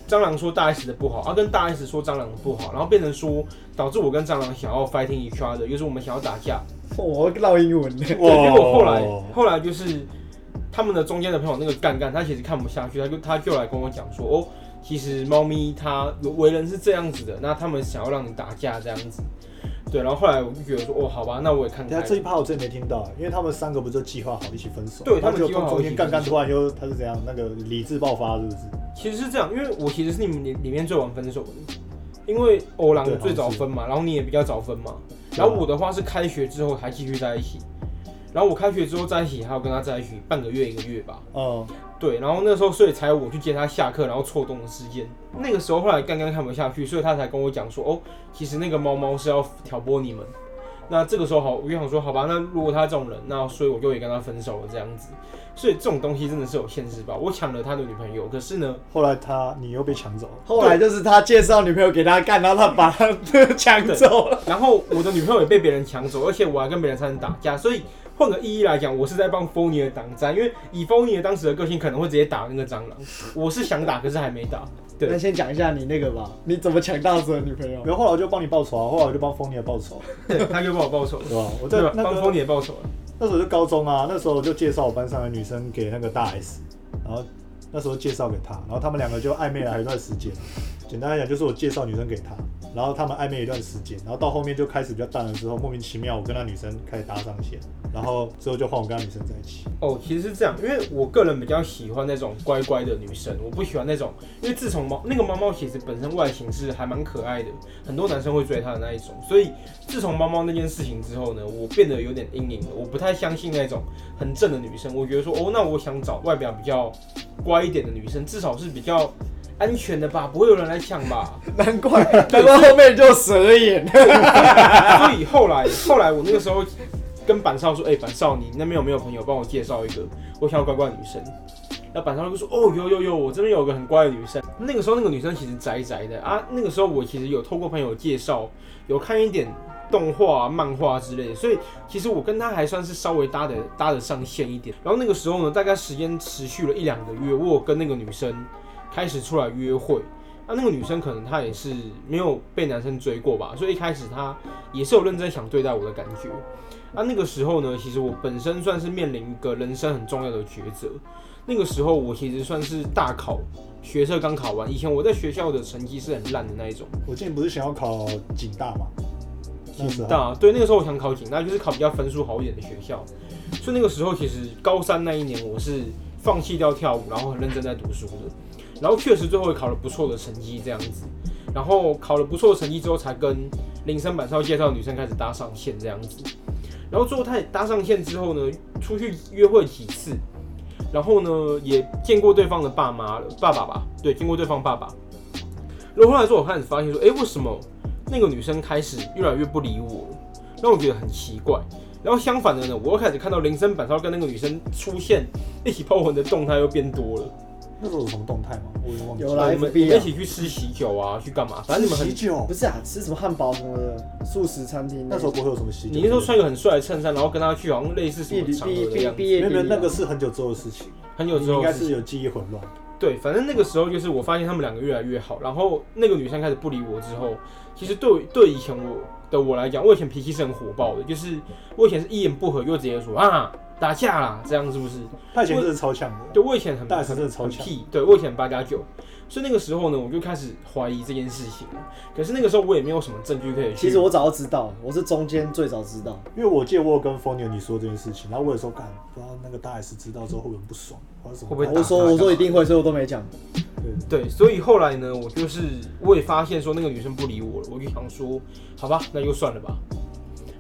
Speaker 3: 蟑螂说大 S 的不好，啊，跟大 S 说蟑螂的不好，然后变成说导致我跟蟑螂想要 fighting each other，就是我们想要打架。
Speaker 2: 我唠英文 的，
Speaker 3: 对，结果后来
Speaker 1: 哇
Speaker 3: 后来就是他们的中间的朋友那个干干，他其实看不下去，他就他就来跟我讲说，哦，其实猫咪它为人是这样子的，那他们想要让你打架这样子。对，然后后来我就觉得说，哦，好吧，那我也看
Speaker 1: 等
Speaker 3: 开
Speaker 1: 下
Speaker 3: 了
Speaker 1: 啊这一趴我真的没听到，因为他们三个不是就计划好一起分手？
Speaker 3: 对
Speaker 1: 然后
Speaker 3: 他们
Speaker 1: 就
Speaker 3: 计划好
Speaker 1: 中
Speaker 3: 一
Speaker 1: 间
Speaker 3: 起
Speaker 1: 干干
Speaker 3: 分手
Speaker 1: 突然就他是怎样那个理智爆发是不是？
Speaker 3: 其实是这样，因为我其实是你们里里面最晚分手的，因为欧郎
Speaker 1: 对
Speaker 3: 最早
Speaker 1: 好像是
Speaker 3: 分嘛，然后你也比较早分嘛，然后我的话是开学之后还继续在一起，然后我开学之后在一起，还有跟他在一起半个月一个月吧，
Speaker 1: 嗯，
Speaker 3: 对，然后那时候所以才有我去接他下课，然后错动的事件。那个时候后来刚刚看不下去，所以他才跟我讲说，哦，其实那个猫猫是要挑拨你们。那这个时候好，我就想说，好吧，那如果他这种人，那所以我就也跟他分手了这样子。所以这种东西真的是有限制吧？我抢了他的女朋友，可 是呢，
Speaker 1: 后来他你又被抢走了，
Speaker 2: 后来就是他介绍女朋友给他干，然后他把他抢走了。
Speaker 3: 然后我的女朋友也被别人抢走，而且我还跟别人差点打架，所以换个意义来讲，我是在帮 f o n y 的挡战，因为以 f o n y 的当时的个性，可能会直接打那个蟑螂。我是想打，可是还没打。对
Speaker 2: 那先讲一下你那个吧，你怎么抢到这个女朋友？
Speaker 1: 然后后来我就帮你报仇啊，后来我就帮风尼报仇，
Speaker 3: 对，他就帮我报仇了，
Speaker 1: 对吧？我在
Speaker 3: 对吧？啊
Speaker 1: 那
Speaker 3: 帮
Speaker 1: 个
Speaker 3: f o n y 也报仇了。
Speaker 1: 那时候就高中啊，那时候我就介绍我班上的女生给那个大 S，然后那时候介绍给她，然后他们两个就暧昧了还有一段时间。简单来讲，就是我介绍女生给她，然后他们暧昧一段时间，然后到后面就开始比较淡了之后，莫名其妙我跟那女生开始搭上线，然后之后就换我跟那女生在一起。
Speaker 3: 哦，其实是这样，因为我个人比较喜欢那种乖乖的女生，我不喜欢那种，因为自从猫那个猫猫其实本身外形是还蛮可爱的，很多男生会追它的那一种，所以自从猫猫那件事情之后呢，我变得有点阴影了，我不太相信那种很正的女生，我觉得说哦，那我想找外表比较乖一点的女生，至少是比较安全的吧，不会有人来抢吧。
Speaker 2: 难怪，难怪后面就蛇眼。
Speaker 3: 所以后来后来我那个时候跟板少说，哎、板少你那边有没有朋友帮我介绍一个我想要乖乖的女生？那板少就说，哦有有有，我这边有个很乖的女生。那个时候那个女生其实宅宅的啊，那个时候我其实有透过朋友介绍，有看一点。动画、漫画之类的，所以其实我跟她还算是稍微搭的搭得上线一点。然后那个时候呢，大概时间持续了一两个月，我有跟那个女生开始出来约会。啊那那个女生可能她也是没有被男生追过吧，所以一开始她也是有认真想对待我的感觉。啊，那个时候呢，其实我本身算是面临一个人生很重要的抉择。那个时候我其实算是大考，学测刚考完。以前我在学校的成绩是很烂的那一种，
Speaker 1: 我之前不是想要考警大嘛，那时
Speaker 3: 警
Speaker 1: 候
Speaker 3: 大对，那个时候我想考警大，就是考比较分数好一点的学校。所以那个时候其实高三那一年我是放弃掉跳舞，然后很认真在读书的，然后确实最后也考了不错的成绩这样子。然后考了不错的成绩之后，才跟林森板少介绍的女生开始搭上线这样子。然后最后他也搭上线之后呢，出去约会几次，然后呢也见过对方的爸妈了，爸爸吧，对，见过对方爸爸。然后后来之后，我开始发现说，哎，为什么那个女生开始越来越不理我了？让我觉得很奇怪。然后相反的呢，我又开始看到林森板少跟那个女生出现一起抛魂的动态又变多了。
Speaker 1: 那时候有什么动态吗？我已经忘记
Speaker 2: 有
Speaker 1: 了。
Speaker 2: 啦
Speaker 3: 我们
Speaker 2: FB 啊
Speaker 3: 你们一起去吃喜酒啊，去干嘛？反正你们很
Speaker 1: 喜哦酒
Speaker 2: 不，是啊，吃什么汉堡什么的，素食餐厅。
Speaker 1: 那时候不会有什么喜酒。
Speaker 3: 你那时候穿一个很帅的衬衫，然后跟他去好像类似什
Speaker 2: 毕
Speaker 3: 么
Speaker 2: 毕
Speaker 3: 场合的
Speaker 2: 毕
Speaker 3: 样子，
Speaker 2: 毕
Speaker 1: 没
Speaker 2: 业
Speaker 1: 有没有，
Speaker 2: 典礼啊
Speaker 1: 那个是很久之后的事情，
Speaker 3: 很有
Speaker 1: 你
Speaker 3: 之后
Speaker 1: 应该
Speaker 3: 是
Speaker 1: 是有记忆混乱。
Speaker 3: 对，反正那个时候就是我发现他们两个越来越好，然后那个女生开始不理我之后，其实对我对以前我的我来讲，我以前脾气是很火爆的，就是我以前是一言不合就直接说啊打架啦，这样是不是？
Speaker 1: 他以前真的超强的，
Speaker 3: 对我以前很
Speaker 1: 大 S 真的超
Speaker 3: 很
Speaker 1: 强。
Speaker 3: 屁，对我以前八加九，所以那个时候呢，我就开始怀疑这件事情了。可是那个时候我也没有什么证据可以去。
Speaker 2: 其实我早就知道，我是中间最早知道。
Speaker 1: 因为我记得我有跟疯牛你说这件事情，然后我有时候干，不知道那个大 S 知道之后会不会很不爽，或者什么，
Speaker 3: 会不会打
Speaker 2: 我说
Speaker 3: 他
Speaker 2: 我说一定会，所以我都没讲。
Speaker 1: 对，
Speaker 3: 对，所以后来呢，我就是我也发现说那个女生不理我了，我就想说，好吧，那就算了吧。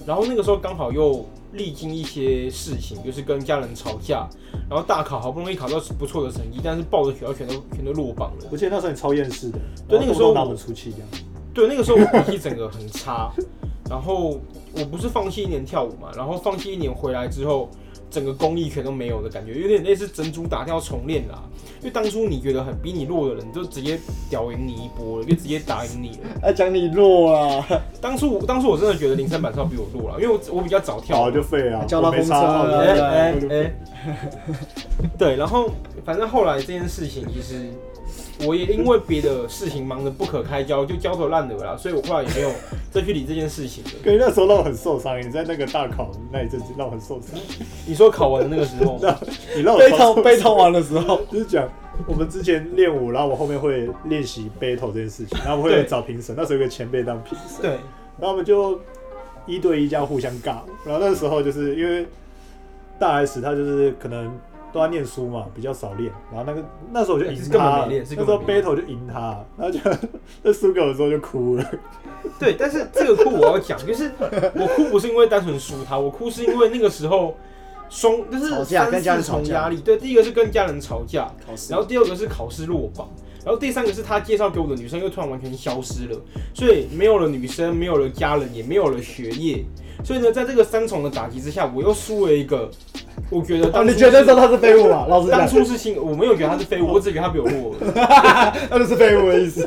Speaker 3: 然后那个时候刚好又历经一些事情，就是跟家人吵架，然后大考好不容易考到不错的成绩，但是报的学校全都全都落榜了。
Speaker 1: 我记得那时候你超厌世的，
Speaker 3: 对
Speaker 1: 然后
Speaker 3: 那个时
Speaker 1: 动不动
Speaker 3: 候
Speaker 1: 拿
Speaker 3: 我
Speaker 1: 我们出气这样。
Speaker 3: 对，那个时候我脾气整个很差，然后我不是放弃一年跳舞嘛，然后放弃一年回来之后，整个功力全都没有的感觉，有点类似整组打掉重练啦。因为当初你觉得很比你弱的人，就直接屌赢你一波了，就直接打赢你了。
Speaker 2: 啊，讲你弱啊，
Speaker 3: 当初我当初我真的觉得林森板少比我弱了，因为我我比较早跳
Speaker 1: 跳。就废了，
Speaker 2: 叫他
Speaker 1: 我没啊
Speaker 2: 封
Speaker 1: 差
Speaker 2: 杀了
Speaker 1: 我
Speaker 3: 哎
Speaker 1: 没
Speaker 2: 对
Speaker 1: 差
Speaker 3: 哎
Speaker 1: 我就
Speaker 3: 哎，对，然后反正后来这件事情，其实我也因为别的事情忙得不可开交，就焦头烂额了，所以我后来也没有再去理这件事情了。
Speaker 1: 可是那时候让我很受伤，你在那个大考那一阵子让我很受 伤，
Speaker 3: 你说考完的那个时 候，
Speaker 1: 你让我
Speaker 2: 被
Speaker 1: 超
Speaker 2: 套
Speaker 1: 受
Speaker 2: 被
Speaker 1: 伤
Speaker 2: 套完的时候，
Speaker 1: 就是讲我们之前练舞，然后我后面会练习 battle 这件事情，然后我会
Speaker 3: 对
Speaker 1: 找评审，那时候有个前辈当评审，
Speaker 3: 对，
Speaker 1: 然后我们就一对一这样互相尬，然后那时候就是因为大 S 她就是可能。都在念书嘛，比较少练。然后那个那时候我就赢
Speaker 3: 哎是根本
Speaker 1: 他，
Speaker 3: 没
Speaker 1: 那
Speaker 3: 练是
Speaker 1: 时
Speaker 3: 根本
Speaker 1: 候
Speaker 3: 没练
Speaker 1: battle 就赢他，然后就那输给我的时候就哭了。
Speaker 3: 对，但是这个哭我要讲，就是我哭不是因为单纯输他，我哭是因为那个时候双就是
Speaker 2: 吵架跟家
Speaker 3: 三
Speaker 2: 人
Speaker 3: 四重
Speaker 2: 吵架
Speaker 3: 压力，对，第一个是跟家人吵架，
Speaker 2: 考试
Speaker 3: 然后第二个是考试落榜，然后第三个是他介绍给我的女生又突然完全消失了，所以没有了女生，没有了家人，也没有了学业，所以呢，在这个三重的打击之下，我又输了一个，我觉得
Speaker 2: 啊，
Speaker 3: 当初
Speaker 2: 你绝对知
Speaker 3: 是
Speaker 2: 道他是废物啊，老实
Speaker 3: 当
Speaker 2: 讲，
Speaker 3: 初是新，我没有觉得他是废物，我只觉得他比我弱而已。
Speaker 2: 那就是废物的意思。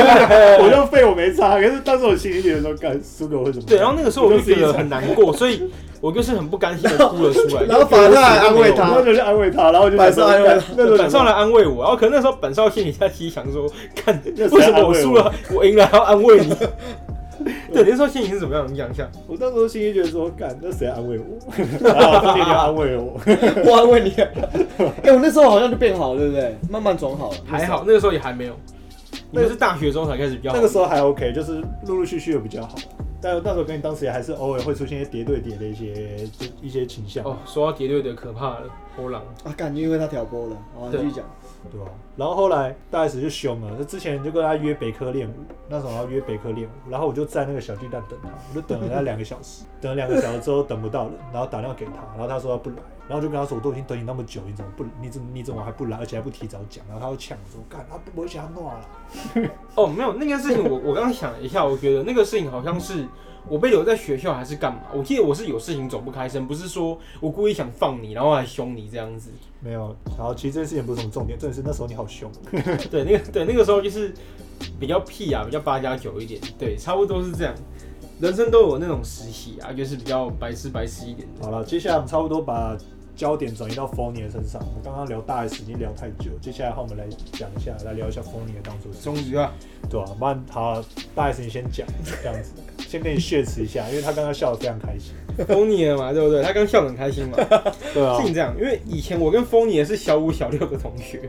Speaker 1: 我就废我没差，可是当时我心里觉得说，干输给我会怎么办？
Speaker 3: 对，然后那个时候我就觉得很难过，所以我就是很不甘心的哭了出来。
Speaker 2: 然后反而他还安慰他
Speaker 1: 然后就去安慰他，然后我就想说
Speaker 2: 晚上安慰他
Speaker 1: 那时候
Speaker 3: 本少来安慰我，然后可能那时候本少心里在心里想说，看
Speaker 1: 那谁
Speaker 3: 为什么我
Speaker 1: 安慰
Speaker 3: 输
Speaker 1: 我
Speaker 3: 了，我赢了还要安慰你？ 对，那时候心里是怎么样？你讲一下。
Speaker 1: 我那时候心里觉得说，干那谁安慰我？ 然后这天就安慰我，
Speaker 2: 我安慰你， 哎，我那时候好像就变好了，对不对？慢慢转好了，
Speaker 3: 还好那个时候也还没有，你们是大学之后才开始比较好
Speaker 1: 那个时候还 OK，就是陆陆续续的比较好。但那时候跟你当时也还是偶尔会出现一些叠对叠的一些就一些倾向，
Speaker 3: 哦，说到叠对的可怕了，波浪。
Speaker 2: 啊，感觉因为他挑拨了，好，你
Speaker 3: 对
Speaker 2: 继续讲。
Speaker 1: 对吧、然后后来大 S 就凶了，就之前就跟他约北科练舞，那时候要约北科练舞，然后我就在那个小巨蛋等他，我就等了他两个小 时，等了两个小时之后等不到人，然后打电话给他，然后他说他啊不来，然后就跟他说我都已经等你那么久，你怎么不你怎么你怎么还哦不来，而且还不提早讲，然后他又呛我说干他不会想弄啊了，
Speaker 3: 哦，没有那件事情我，我刚刚想了一下，我觉得那个事情好像是我被留在学校还是干嘛？我记得我是有事情走不开身，不是说我故意想放你，然后还凶你这样 子。
Speaker 1: 没有，然后其实这件事情不是什么重点，重点是那时候你好凶，啊
Speaker 3: 对，那个对那个时候就是比较屁啊，比较八加九一点，对，差不多是这样。人生都有那种实习啊，就是比较白痴白痴一点的。
Speaker 1: 好了，接下来我们差不多把焦点转移到 Fony 的身上。我们刚刚聊大 S 已经聊太久，接下来的话我们来讲一下，来聊一下 Fony 的当初是
Speaker 3: 终于啊，
Speaker 1: 对啊，慢好啊，大 S 你先讲这样子，先跟你血池一下，因为他刚刚笑得非常开心。
Speaker 3: 封你了嘛，对不对？他刚笑得很开心嘛。
Speaker 1: 对啊
Speaker 3: 是，你这样，因为以前我跟丰年是小五、小六的同学。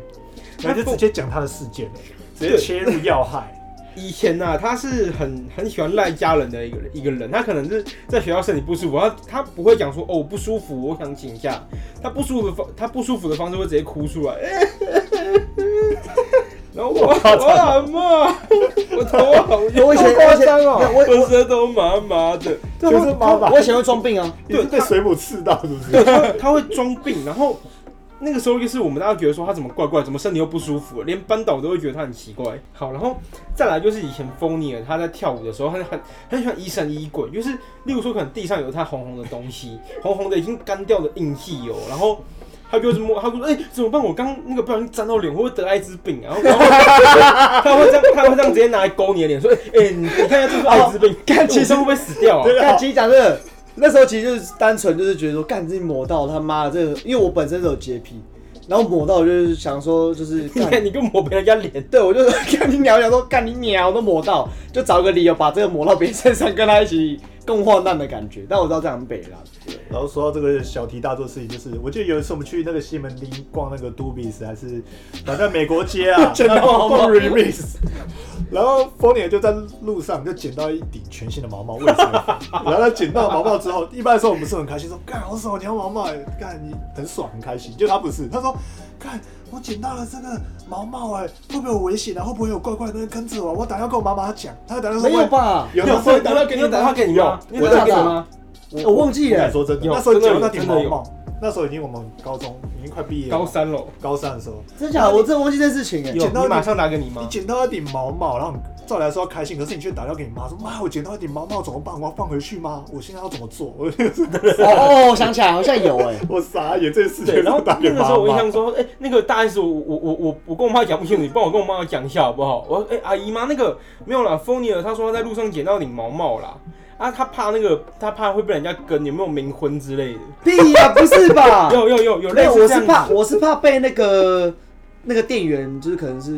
Speaker 1: 那就直接讲他的事件了，直接切入要害。
Speaker 3: 以前呐、他是很很喜欢赖家人的一个人一个人，他可能是在学校身体不舒服，他他不会讲说哦我不舒服，我想请假。他不舒服的方，他不舒服的方式会直接哭出来。 然后我我阿妈，我头好
Speaker 2: 哎
Speaker 3: 晕，
Speaker 2: 我以前，
Speaker 3: 好夸
Speaker 2: 我以前，
Speaker 3: 张哦，
Speaker 2: 我
Speaker 3: 浑身都麻麻的。
Speaker 1: 就
Speaker 2: 对啊
Speaker 1: 是妈妈
Speaker 2: 我我以前会装病啊，
Speaker 1: 你是被水母刺到是不是？
Speaker 3: 对，他会 他会装病，然后那个时候就是我们大家觉得说他怎么怪怪，怎么身体又不舒服，连班导都会觉得他很奇怪。好，然后再来就是以前 f o n 他在跳舞的时候，他很很喜欢疑神疑鬼，就是例如说可能地上有他红红的东西，红红的已经干掉的印记油，然后。他就是摸，他就说：“哎、怎么办？我刚那个不小心沾到脸，会不会得艾滋病啊？”然后，然后他会这样，他会这样直接拿来勾你的脸，说：“哎、哎你你看一下，这是艾滋病，
Speaker 2: 干
Speaker 3: 我
Speaker 2: 其实
Speaker 3: 会不会死掉啊？”
Speaker 1: 对啊
Speaker 2: 干，其实讲真的，那时候其实就是单纯就是觉得说，干自己抹到他妈的这个，因为我本身是有洁癖，然后抹到我就是想说就是
Speaker 3: 你
Speaker 2: 干
Speaker 3: 看，，你跟抹别人家脸，
Speaker 2: 对我就 干你鸟，想说干你鸟都抹到，就找个理由把这个抹到别人身上，跟他一起共患难的感觉。但我知道这样很北啦，，
Speaker 1: 然后说到这个小题大做事情，就是我记得有一次我们去那个西门町逛那个 Dubis，还是反正美国街啊
Speaker 2: 真的
Speaker 1: 然后
Speaker 2: 好
Speaker 1: 逛
Speaker 2: 吗
Speaker 1: Remix，然 后 f o n y 就在路上就捡到一顶全新的毛毛，为什么？然后他捡到毛毛之后，一般的时候我们是很开心，说干好爽，你要毛毛哎，干你很爽很开心。就他不是，他说干我捡到了这个毛毛哎，会不会有危险啊？会不会有怪怪的人跟着我？我打电话跟我妈妈讲，她打电话说
Speaker 2: 没有？吧？
Speaker 1: 喂有
Speaker 3: 你
Speaker 1: 的
Speaker 3: 有
Speaker 1: 时候
Speaker 3: 打电话给你有打电话给你吗？你有
Speaker 2: 我
Speaker 3: 打电话给你
Speaker 2: 打
Speaker 3: 吗？
Speaker 2: 我忘记
Speaker 1: 我敢
Speaker 2: 了，
Speaker 1: 说真的，
Speaker 3: 有
Speaker 1: 那时候
Speaker 3: 真的
Speaker 1: 讲
Speaker 3: 有
Speaker 1: 到顶
Speaker 3: 真的
Speaker 1: 毛
Speaker 3: 有
Speaker 1: 帽，那时候已经我们高中已经快毕业了，
Speaker 3: 高三喽，
Speaker 1: 高三的时候，
Speaker 2: 真假的？我真的忘记这件事情哎、
Speaker 3: 有
Speaker 1: 捡到
Speaker 3: 你
Speaker 1: 你
Speaker 3: 马上拿给你
Speaker 1: 你
Speaker 3: 妈，
Speaker 1: 捡到一顶毛毛，然后你照理来说要开心，可是你却打电话给你妈说：“妈，我捡到一顶毛毛怎么办？我要放回去吗？我现在要怎么做？” 我
Speaker 2: 哦哦，想起来好像有哎、
Speaker 1: 我傻眼，这件事
Speaker 3: 对，
Speaker 1: 情
Speaker 3: 然后
Speaker 1: 是打给
Speaker 3: 那个时
Speaker 1: 妈
Speaker 3: 候我印
Speaker 1: 妈
Speaker 3: 象。说，哎、那个大 S，我我我我我跟我妈讲不清楚，你帮我跟我妈讲一下好不好？我说哎、阿姨妈，那个没有啦 f o n i e 他说他在路上捡到顶毛毛啦，啊，他怕那个他怕会被人家跟，有没有冥婚之类的？
Speaker 2: 屁呀、不是吧？
Speaker 3: 有有有有
Speaker 2: 啊没
Speaker 3: 类
Speaker 2: 有，
Speaker 3: 似
Speaker 2: 我
Speaker 3: 这
Speaker 2: 是
Speaker 3: 样
Speaker 2: 怕
Speaker 3: 子。
Speaker 2: 我是怕被那个那个店员，就是可能是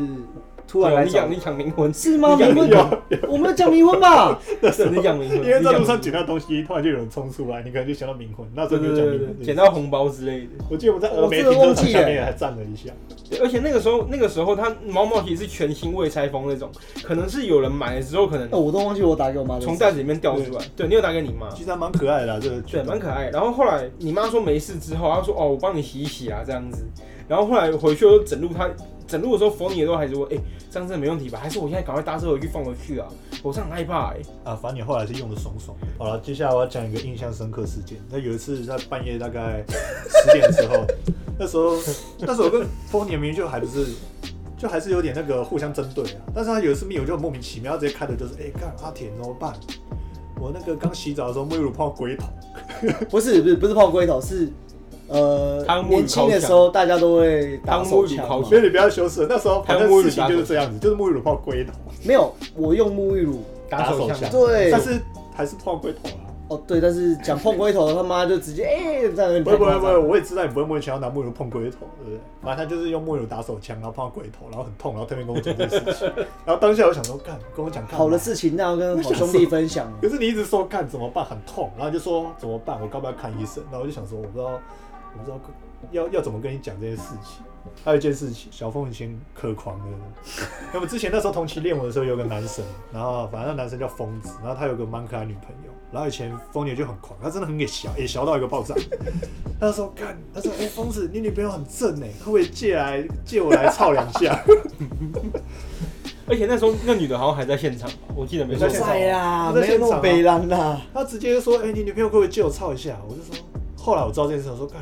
Speaker 2: 突然
Speaker 1: 哦
Speaker 3: 对
Speaker 2: 来
Speaker 3: 你
Speaker 2: 找
Speaker 3: 讲，你讲冥婚，
Speaker 2: 是吗？
Speaker 3: 你讲
Speaker 2: 冥
Speaker 3: 冥
Speaker 2: 婚
Speaker 3: 婚，
Speaker 2: 我没有讲冥婚吧？
Speaker 3: 真的讲冥婚，
Speaker 1: 因为在路上
Speaker 3: 你
Speaker 1: 捡到东西，突然就有人冲出来，你可能就想到冥婚。那时
Speaker 3: 讲
Speaker 1: 候
Speaker 3: 冥
Speaker 1: 没
Speaker 3: 婚，
Speaker 1: 有讲冥
Speaker 3: 对对对
Speaker 1: 婚，
Speaker 3: 对，捡。到红包之类的。
Speaker 1: 我记得我在峨眉停
Speaker 2: 我真的
Speaker 1: 车
Speaker 2: 忘
Speaker 1: 场
Speaker 2: 记
Speaker 1: 下
Speaker 2: 了
Speaker 1: 面还站了一下，
Speaker 3: 对，而且那个时候，那个时候它毛毛其实是全新未拆封那种，可能是有人买了之后，可能
Speaker 2: 哦，我都忘记我打给我妈的。
Speaker 3: 从袋子里面掉出来。对，你有打给你妈？
Speaker 1: 其实还蛮可爱的啊，这个
Speaker 3: 对，蛮可爱的。然后后来你妈说没事之后，她说哦，我帮你洗一洗啊，这样子。然后后来回去我就整路她，整路的时候，冯尼也都还是问，哎、这样真的没问题吧？还是我现在赶快搭车回去放回去啊？我是很害怕哎、
Speaker 1: 啊，反正你后来是用的爽爽的。好了，接下来我要讲一个印象深刻事件。那有一次在半夜大概十点的时候，那时候那时候我跟丰年明明就还不是，就还是有点那个互相针对啊。但是他有一次密友就莫名其妙他直接开的就是，哎、看阿铁你怎么办？我那个刚洗澡的时候，沐浴乳泡鬼头，
Speaker 2: 不是不是不是泡龟头，是呃
Speaker 3: 汤姆与
Speaker 2: 年轻的时候大家都会打手枪
Speaker 3: 汤姆与烤
Speaker 2: 嘛
Speaker 3: 箱
Speaker 1: 所以你不要羞耻。那时候反正
Speaker 3: 哦还有沐浴乳
Speaker 1: 事情就是这样子，就是沐浴乳泡龟头，
Speaker 2: 没有，我用沐浴乳。
Speaker 3: 打手
Speaker 1: 打手枪。
Speaker 3: 枪
Speaker 2: 对
Speaker 1: 但，是还是泡龟头啊。
Speaker 2: 哦对，但是讲碰龟头他妈就直接哎，这样有点
Speaker 1: 不会
Speaker 2: 太
Speaker 1: 不会
Speaker 2: 夸
Speaker 1: 不会，
Speaker 2: 张。
Speaker 1: 我也知道你不会莫名其妙拿沐浴乳碰龟头，对不对？反正他就是用沐浴乳打手枪，然后碰到龟头，然后很痛，然后特别跟我讲这件事情。 然后当下我想说，干跟我讲干嘛
Speaker 2: 好的事情那要跟好兄弟分享。
Speaker 1: 可是你一直说干怎么办，很痛，然后就说怎么办，我该不该看医生？然后我就想说，我不知道，我不知道要要怎么跟你讲这件事情。还有一件事情，小凤以前可狂了。那么之前那时候同期练舞的时候，有个男生，然后反正那男生叫疯子，然后他有个蛮可爱女朋友，然后以前疯姐就很狂，他真的很给小，也小到一个爆炸。他说干，他说哎、疯子，你女朋友很正哎，可不可以借来借我来操两下？
Speaker 3: 而且那时候那女的好像还在现场吧，我记得没
Speaker 1: 我
Speaker 3: 错
Speaker 1: 在。现场
Speaker 2: 在啦，
Speaker 1: 我在
Speaker 2: 没有
Speaker 1: 现场啊
Speaker 2: 那么悲凉啦。
Speaker 1: 他直接说：“哎、你女朋友可不可以借我操一下？”我就说，后来我知道这件事，我说：“看，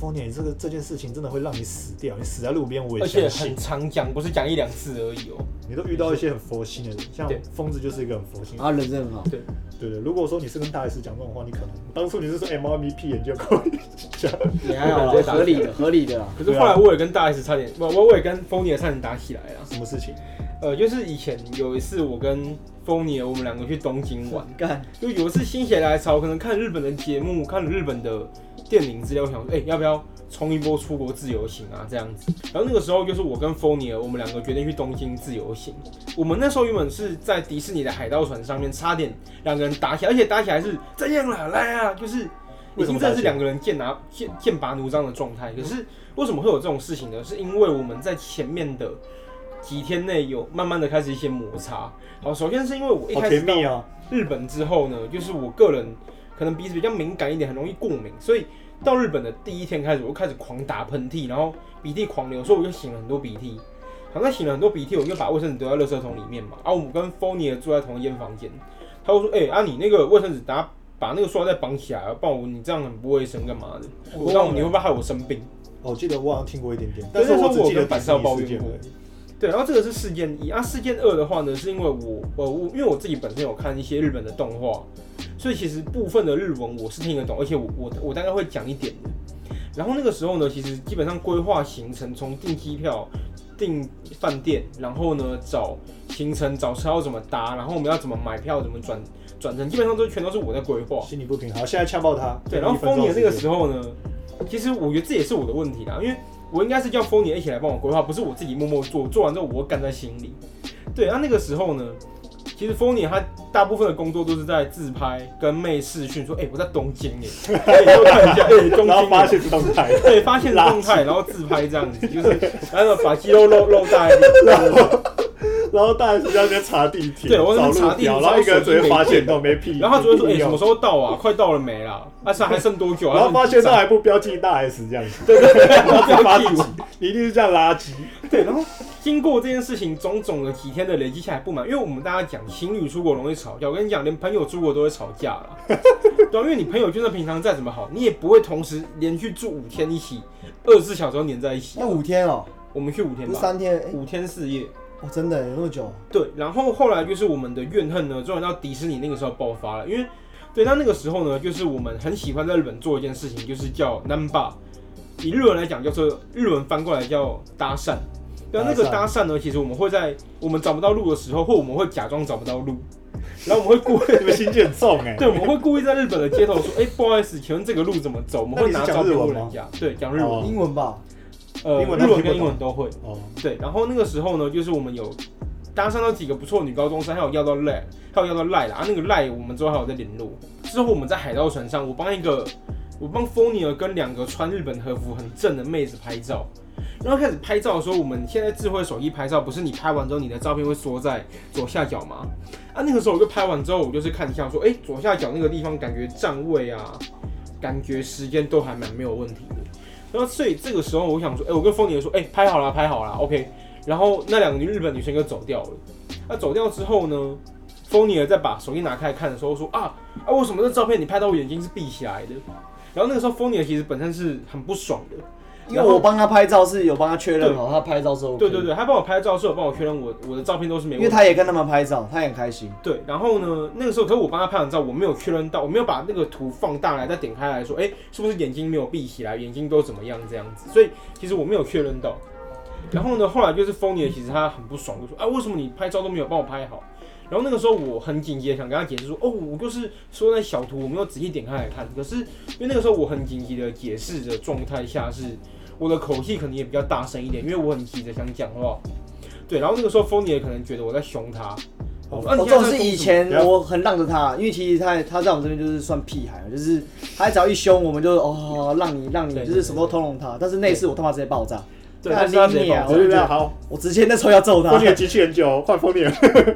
Speaker 1: 丰年，你这个这件事情真的会让你死掉，你死在路边我也
Speaker 3: 而且
Speaker 1: 相信
Speaker 3: 很。常讲，不是讲一两次而已哦、
Speaker 1: 你都遇到一些很佛心的人，像
Speaker 3: 对
Speaker 1: 疯子就是一个很佛心。
Speaker 2: 啊，人真好。
Speaker 3: 对，
Speaker 1: 对对，如果说你是跟大 S 讲这种话，你可能当初你是说 M R V 屁眼就可以讲。
Speaker 2: 也还好啦，合理的，合理的啦。
Speaker 3: 可是后来我也跟大 S 差点，不，我我也跟风也差点打起来啊了。
Speaker 1: 什么事情？
Speaker 3: 呃，就是以前有一次我跟风也我们两个去东京玩，
Speaker 2: 干，
Speaker 3: 就有一次心血来潮，可能看日本的节目，看了日本的电影资料，我想说，哎、要不要冲一波出国自由行啊？这样子。然后那个时候就是我跟 f o n i 我们两个决定去东京自由行。我们那时候原本是在迪士尼的海盗船上面，差点两个人打起来，而且打起来是这样啦，来啊，就是已
Speaker 1: 为什
Speaker 3: 经
Speaker 1: 么
Speaker 3: 真
Speaker 1: 打
Speaker 3: 的
Speaker 1: 起
Speaker 3: 是
Speaker 1: 来
Speaker 3: 两个人剑拿剑剑拔弩张的状
Speaker 1: 嗯
Speaker 3: 态。可是为什么会有这种事情呢？是因为我们在前面的。几天内有慢慢的开始一些摩擦。好，首先是因为我一
Speaker 1: 好
Speaker 3: 开始
Speaker 1: 甜
Speaker 3: 到
Speaker 1: 蜜啊！
Speaker 3: 日本之后呢，就是我个人可能鼻子比较敏感一点，很容易过敏，所以到日本的第一天开始，我就开始狂打喷嚏，然后鼻涕狂流，所以我就擤了很多鼻涕。好，那擤了很多鼻涕，我就把卫生纸丢在垃圾桶里面嘛。啊，我们跟 f o n i 住在同一间房间，他就说：“哎、啊，你那个卫生纸拿把那个塑料袋绑起来，不然我你这样很不卫生，干嘛的？我告诉你你会不会害我生病？”
Speaker 1: 哦，我记得我好像听过一点点，
Speaker 3: 但
Speaker 1: 但
Speaker 3: 是
Speaker 1: 是
Speaker 3: 我
Speaker 1: 我
Speaker 3: 只
Speaker 1: 只
Speaker 3: 记
Speaker 1: 记
Speaker 3: 得
Speaker 1: 得
Speaker 3: 板
Speaker 1: 迪
Speaker 3: 上
Speaker 1: 士尼
Speaker 3: 抱
Speaker 1: 事
Speaker 3: 怨
Speaker 1: 件
Speaker 3: 过
Speaker 1: 而已。
Speaker 3: 对，然后这个是事件一啊，事件二的话呢，是因为我呃我因为我自己本身有看一些日本的动画，所以其实部分的日文我是听得懂，而且我我我大概会讲一点的。然后那个时候呢，其实基本上规划行程，从订机票、订饭店，然后呢找行程、找车要怎么搭，然后我们要怎么买票、怎么转转乘，基本上都全都是我在规划。
Speaker 1: 心里不平衡。好，现在呛爆他。
Speaker 3: 对，然后
Speaker 1: 丰
Speaker 3: 丰年那个
Speaker 1: 候，
Speaker 3: 时候呢，其实我觉得这也是我的问题啦，因为我应该是叫丰年一起来帮我规划，不是我自己默默做，做完之后我干在心里。对，那那个时候呢，其实丰年他大部分的工作都是在自拍跟妹视讯，说，哎、我在东京 哎，哎、给我看一下，哎、东京
Speaker 1: 然后发
Speaker 3: 哎。
Speaker 1: 现是动态，
Speaker 3: 对，发现动态，然后自拍这 样子，就是然后把肌肉露露大一点，
Speaker 1: 然后大 S 在那边查地铁，
Speaker 3: 对我在那
Speaker 1: 找
Speaker 3: 边查
Speaker 1: 路
Speaker 3: 地铁
Speaker 1: 标，然后一个人
Speaker 3: 找手
Speaker 1: 只
Speaker 3: 机
Speaker 1: 会发
Speaker 3: 没
Speaker 1: 现都没屁，
Speaker 3: 然后他就会说，哎、
Speaker 1: 没屁
Speaker 3: 什
Speaker 1: 用
Speaker 3: 么时候到啊？快到了没啦？啊，剩还剩多久啊？
Speaker 1: 然后发现
Speaker 3: 到
Speaker 1: 那还不标记大 S 这样子，
Speaker 3: 对对对，然
Speaker 1: 然
Speaker 3: 后
Speaker 1: 后
Speaker 3: 不要
Speaker 1: 再发
Speaker 3: 记
Speaker 1: 自
Speaker 3: 我
Speaker 1: 己，你一定是这样垃圾。
Speaker 3: 对，然后经过这件事情种种的几天的累积下来不满，因为我们大家讲情侣出国容易吵架，我跟你讲，连朋友出国都会吵架 了。对啊、因为你朋友就算平常再怎么好，你也不会同时连续住五天一起，二十四小时都黏在一起
Speaker 2: 那。五天哦、
Speaker 3: 我们去五天
Speaker 2: 不是
Speaker 3: 吧，
Speaker 2: 三天，哎、
Speaker 3: 五天四夜。
Speaker 2: 哦，真的有那么久？
Speaker 3: 对，然后后来就是我们的怨恨呢，终于到迪士尼那个时候爆发了，因为对，那那个时候呢，就是我们很喜欢在日本做一件事情，就是叫 namba，以日文来讲叫做日文翻过来叫搭讪。对啊，那个搭
Speaker 1: 搭
Speaker 3: 讪呢，其实我们会在我们找不到路的时候，或我们会假装找不到路， 然后我们会故意，
Speaker 1: 你们心机很重哎、
Speaker 3: 对，我们会故意在日本的街头说，哎、不好意思，请问这个路怎么走？我们会
Speaker 1: 那
Speaker 3: 拿
Speaker 1: 你是
Speaker 3: 照
Speaker 1: 讲日
Speaker 3: 片
Speaker 1: 文
Speaker 3: 问人
Speaker 1: 吗
Speaker 3: 家，对，讲日文，
Speaker 1: 哦
Speaker 2: 英文吧？
Speaker 3: 呃，
Speaker 1: 英文
Speaker 3: 日
Speaker 1: 他
Speaker 3: 文
Speaker 1: 听不
Speaker 3: 跟英文
Speaker 1: 懂
Speaker 3: 都会。
Speaker 1: 哦，
Speaker 3: 对，然后那个时候呢，就是我们有搭上到几个不错的女高中生，还有要到赖，还有要到赖啦。啊，那个赖我们之后还有在联络。之后我们在海盗船上，我帮一个，我帮 f o n i 跟两个穿日本和服很正的妹子拍照。然后开始拍照的时候，我们现在智慧手机拍照，不是你拍完之后你的照片会缩在左下角吗？啊，那个时候我就拍完之后，我就是看一下说，哎，左下角那个地方感觉站位啊，感觉时间都还蛮没有问题的。然后所以这个时候我想说，哎、我跟风姐说，哎、拍好了，拍好了，OK。然后那两个女日本女生就走掉了。那走掉之后呢，风尼尔再把手机拿开看的时候说啊啊，为什么这照片你拍到我眼睛是闭起来的？然后那个时候风尼尔其实本身是很不爽的，
Speaker 2: 因为我帮他拍照是有帮他确认哦
Speaker 3: 对
Speaker 2: 好，他拍照之后、
Speaker 3: 对对，对，他帮我拍照是有帮我确认我我的照片都是没
Speaker 2: 因
Speaker 3: 问
Speaker 2: 为
Speaker 3: 题的。
Speaker 2: 他也跟他们拍照，他也很开心。
Speaker 3: 对，然后呢，那个时候可是我帮他拍完照，我没有确认到，我没有把那个图放大来再点开来说，哎、是不是眼睛没有闭起来，眼睛都怎么样这样子？所以其实我没有确认到。然后呢，后来就是 f o n y 其实他很不爽，就说啊，为什么你拍照都没有帮我拍好？然后那个时候我很紧急的想跟他解释说，哦，我就是说那小图我没有仔细点开来看，可是因为那个时候我很紧急的解释的状态下是，我的口气可能也比较大声一点，因为我很急着想讲话。对，然后那个时候 f o n y 可能觉得我在凶他。
Speaker 1: 哦
Speaker 2: 我
Speaker 3: 啊你
Speaker 2: 这
Speaker 3: 现在
Speaker 2: 种
Speaker 3: 在
Speaker 2: 是
Speaker 3: 攻
Speaker 2: 以
Speaker 3: 什么
Speaker 2: 前
Speaker 1: 对啊
Speaker 2: 我很让着他，因为其实他他在我们这边就是算屁孩，就是他只要一凶，我们就哦让你让你，
Speaker 3: 对
Speaker 2: 就是什么都通融他。但是那一次我他妈直接爆炸，
Speaker 3: 对，
Speaker 2: 干
Speaker 3: 但是他直
Speaker 2: 你
Speaker 3: 接
Speaker 2: 娘
Speaker 3: 爆
Speaker 1: 我
Speaker 3: 炸
Speaker 2: 我
Speaker 1: 就
Speaker 2: 就
Speaker 1: 觉
Speaker 2: 觉
Speaker 1: 得
Speaker 2: 得
Speaker 1: 好，
Speaker 2: 我直接那时候要揍他
Speaker 1: 风，年集气很久，哦换风年。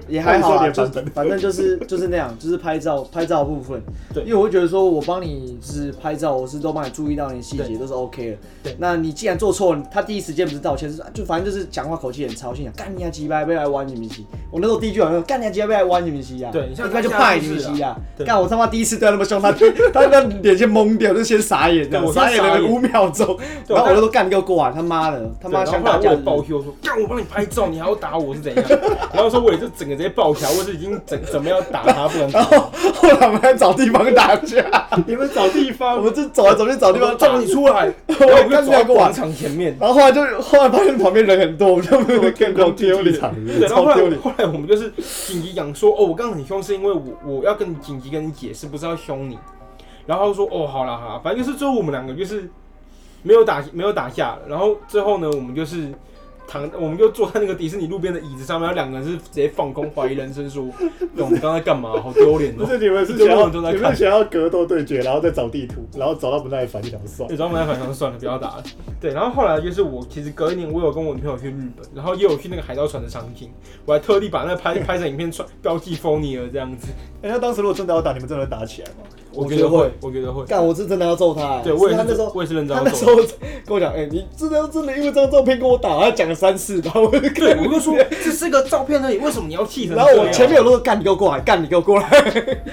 Speaker 2: 也还好
Speaker 1: 那
Speaker 2: 啊，
Speaker 1: 你说
Speaker 2: 就
Speaker 1: 你的版本
Speaker 2: 反正就是就是那样，就是拍照拍照的部分。
Speaker 3: 对
Speaker 2: 因为我会觉得说我帮你就是拍照，我是都帮你注意到你细节
Speaker 3: 对
Speaker 2: 都是 OK 的。
Speaker 3: 对
Speaker 2: 那你既然做错，了，他第一时间不是道歉，是啊就反正就是讲话口气很操心，干你啊鸡巴，被来弯你明西。我那时候第一句好像干你啊鸡巴，被来弯你明西啊，
Speaker 3: 对你像
Speaker 2: 应该就
Speaker 3: 他下
Speaker 2: 派
Speaker 3: 一
Speaker 2: 你
Speaker 3: 次
Speaker 2: 明西啊
Speaker 3: 对。
Speaker 2: 干我他妈第一次对他那么凶，他 他那脸先懵掉，就先傻眼这样，
Speaker 3: 对我先
Speaker 2: 傻眼
Speaker 3: 傻
Speaker 2: 了
Speaker 3: 眼
Speaker 2: 五秒钟，
Speaker 3: 对
Speaker 2: 然后
Speaker 3: 我
Speaker 2: 我就说干你给我过来，他妈的，他妈
Speaker 3: 对然
Speaker 2: 想
Speaker 3: 后
Speaker 2: 打
Speaker 3: 后来
Speaker 2: 架是不
Speaker 3: 我
Speaker 2: 是
Speaker 3: 暴 Q 说，干我帮你拍照，你还要打我是怎样？ 然后说我也就整个直接爆起来，我是已经整怎么样打他不 能打
Speaker 2: 然后 后来我们还找地方打架，
Speaker 1: 你们找地
Speaker 2: 我
Speaker 1: 方，
Speaker 2: 们就走来走去找地方
Speaker 3: 叫
Speaker 2: 撞
Speaker 3: 你。出来，然后 我就走到广场前面。
Speaker 2: 然后后来就后来发现旁边人很多，我们就没有更
Speaker 1: 够
Speaker 2: 多
Speaker 1: 丢脸，
Speaker 3: 对，然后后
Speaker 1: 超
Speaker 3: 来
Speaker 1: 丢脸。
Speaker 3: 后来我们就是紧急讲说，哦，我刚刚很凶，是因为我我要跟你紧急跟你解释，不是要凶你。然后他就说，哦，好啦好啦，反正就是最后我们两个就是没有打没有打架了。然后最后呢，我们就是躺，我们就坐在那个迪士尼路边的椅子上面，然后两个人是直接放空，怀疑人生说，我们刚才干嘛？好丢脸
Speaker 1: 不
Speaker 3: 哦。
Speaker 1: 是你们是
Speaker 3: 就
Speaker 1: 想要
Speaker 3: 我们都在
Speaker 1: 你们
Speaker 3: 看
Speaker 1: 想要格斗对决，然后再找地图，然后找到不耐烦就想算
Speaker 3: 对，。然后我们反正算了，不要打了。对，然后后来就是我，其实隔一年我有跟我女朋友去日本，然后也有去那个海盗船的场景，我还特地把那拍拍成影片，穿标记 f o n y 这样子。
Speaker 1: 哎，那当时如果真的要打，你们真的会打起来吗？
Speaker 3: 我
Speaker 2: 我觉
Speaker 3: 觉得
Speaker 2: 得
Speaker 3: 会
Speaker 2: 会，
Speaker 3: 我觉得会。
Speaker 2: 干，我是真的要揍他、欸。
Speaker 3: 对，我也
Speaker 2: 是
Speaker 3: 是
Speaker 2: 他那时
Speaker 3: 真，
Speaker 2: 候，
Speaker 3: 我也是认真
Speaker 2: 他
Speaker 3: 要
Speaker 2: 那时
Speaker 3: 做
Speaker 2: 候
Speaker 3: 的。
Speaker 2: 跟我讲，哎、你真的要真的因为这张照片跟我打，他讲了三次，然后我就
Speaker 3: 对，我就 说这是个照片而已，为什么你要气成
Speaker 2: 然后我前面有
Speaker 3: 有，
Speaker 2: 那个干你给我过来，干你给我过来，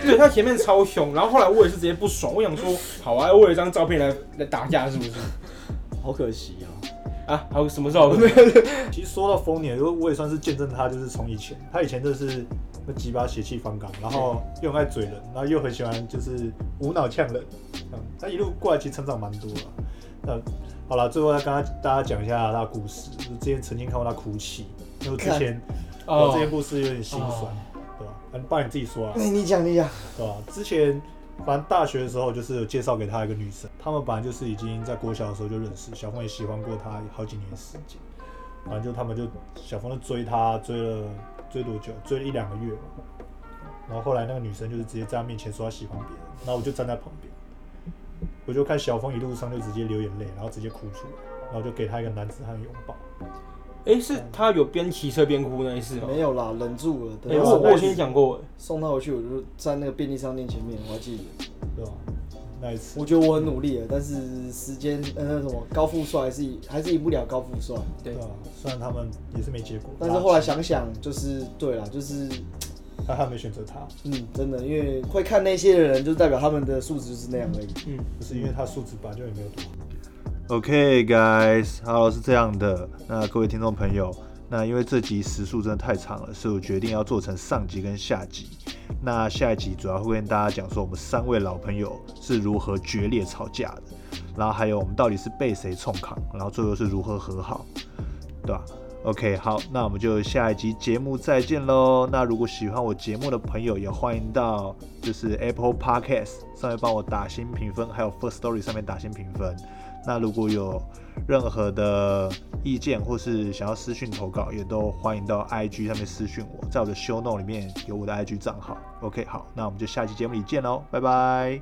Speaker 3: 对他前面超凶，然后后来我也是直接不爽，我想说，好啊，为了一张照片来来打架是不是？
Speaker 2: 好可惜啊、
Speaker 3: 啊，还有什么时候？
Speaker 1: 其实说到丰年，我我也算是见证他，就是从以前，他以前真的是那鸡巴血气方刚，然后又很爱嘴人，然后又很喜欢就是无脑呛人，嗯，他一路过来其实成长蛮多啊。那好了，最后再跟他大家讲一下他的故事。我之前曾经看过他哭泣，因为之前
Speaker 3: 哦
Speaker 1: 我之前故事有点心酸，对吧？啊，不然你自己说啊，
Speaker 2: 哎、你讲你讲，
Speaker 1: 对吧、之前反正大学的时候就是有介绍给他一个女生，他们本来就是已经在国小的时候就认识，小峰也喜欢过她好几年时间，反正就他们就小峰就追她，追了追多久？追了一两个月吧。然后后来那个女生就是直接在他面前说她喜欢别人，然后我就站在旁边，我就看小峰一路上就直接流眼泪，然后直接哭出来，然后就给他一个男子汉拥抱。
Speaker 3: 哎，是他有边骑车边哭那一次 吗？
Speaker 2: 没有啦，忍住了。等
Speaker 3: 哎，
Speaker 2: 到
Speaker 3: 我
Speaker 2: 送
Speaker 3: 我
Speaker 2: 他
Speaker 3: 先讲过，
Speaker 2: 送他回去，我就在那个便利商店前面，我还记得。
Speaker 1: 对吧？那一次
Speaker 2: 我。觉得我很努力了，但是时间呃那什么高富帅还是赢还是赢不了高富帅。
Speaker 3: 对
Speaker 1: 对啊，虽然他们也是没结果，
Speaker 2: 但是后来想想，就是对啦，就是
Speaker 1: 但他没选择他，
Speaker 2: 嗯，真的，因为会看那些的人，就代表他们的素质就是那样而已。
Speaker 3: 嗯，
Speaker 1: 就是因为他素质本来就也没有多好。OK guys，好是这样的，那各位听众朋友，那因为这集时数真的太长了，所以我决定要做成上集跟下集。那下一集主要会跟大家讲说我们三位老朋友是如何决裂吵架的，然后还有我们到底是被谁冲扛，然后最后是如何和好，对吧？OK，好，那我们就下一集节目再见喽。那如果喜欢我节目的朋友，也欢迎到就是 Apple Podcast 上面帮我打新评分，还有 First Story 上面打新评分。那如果有任何的意见或是想要私讯投稿，也都欢迎到 IG 上面私讯我，在我的 Show Note 里面有我的 IG 账号。OK，好，那我们就下期节目里见喽，拜拜。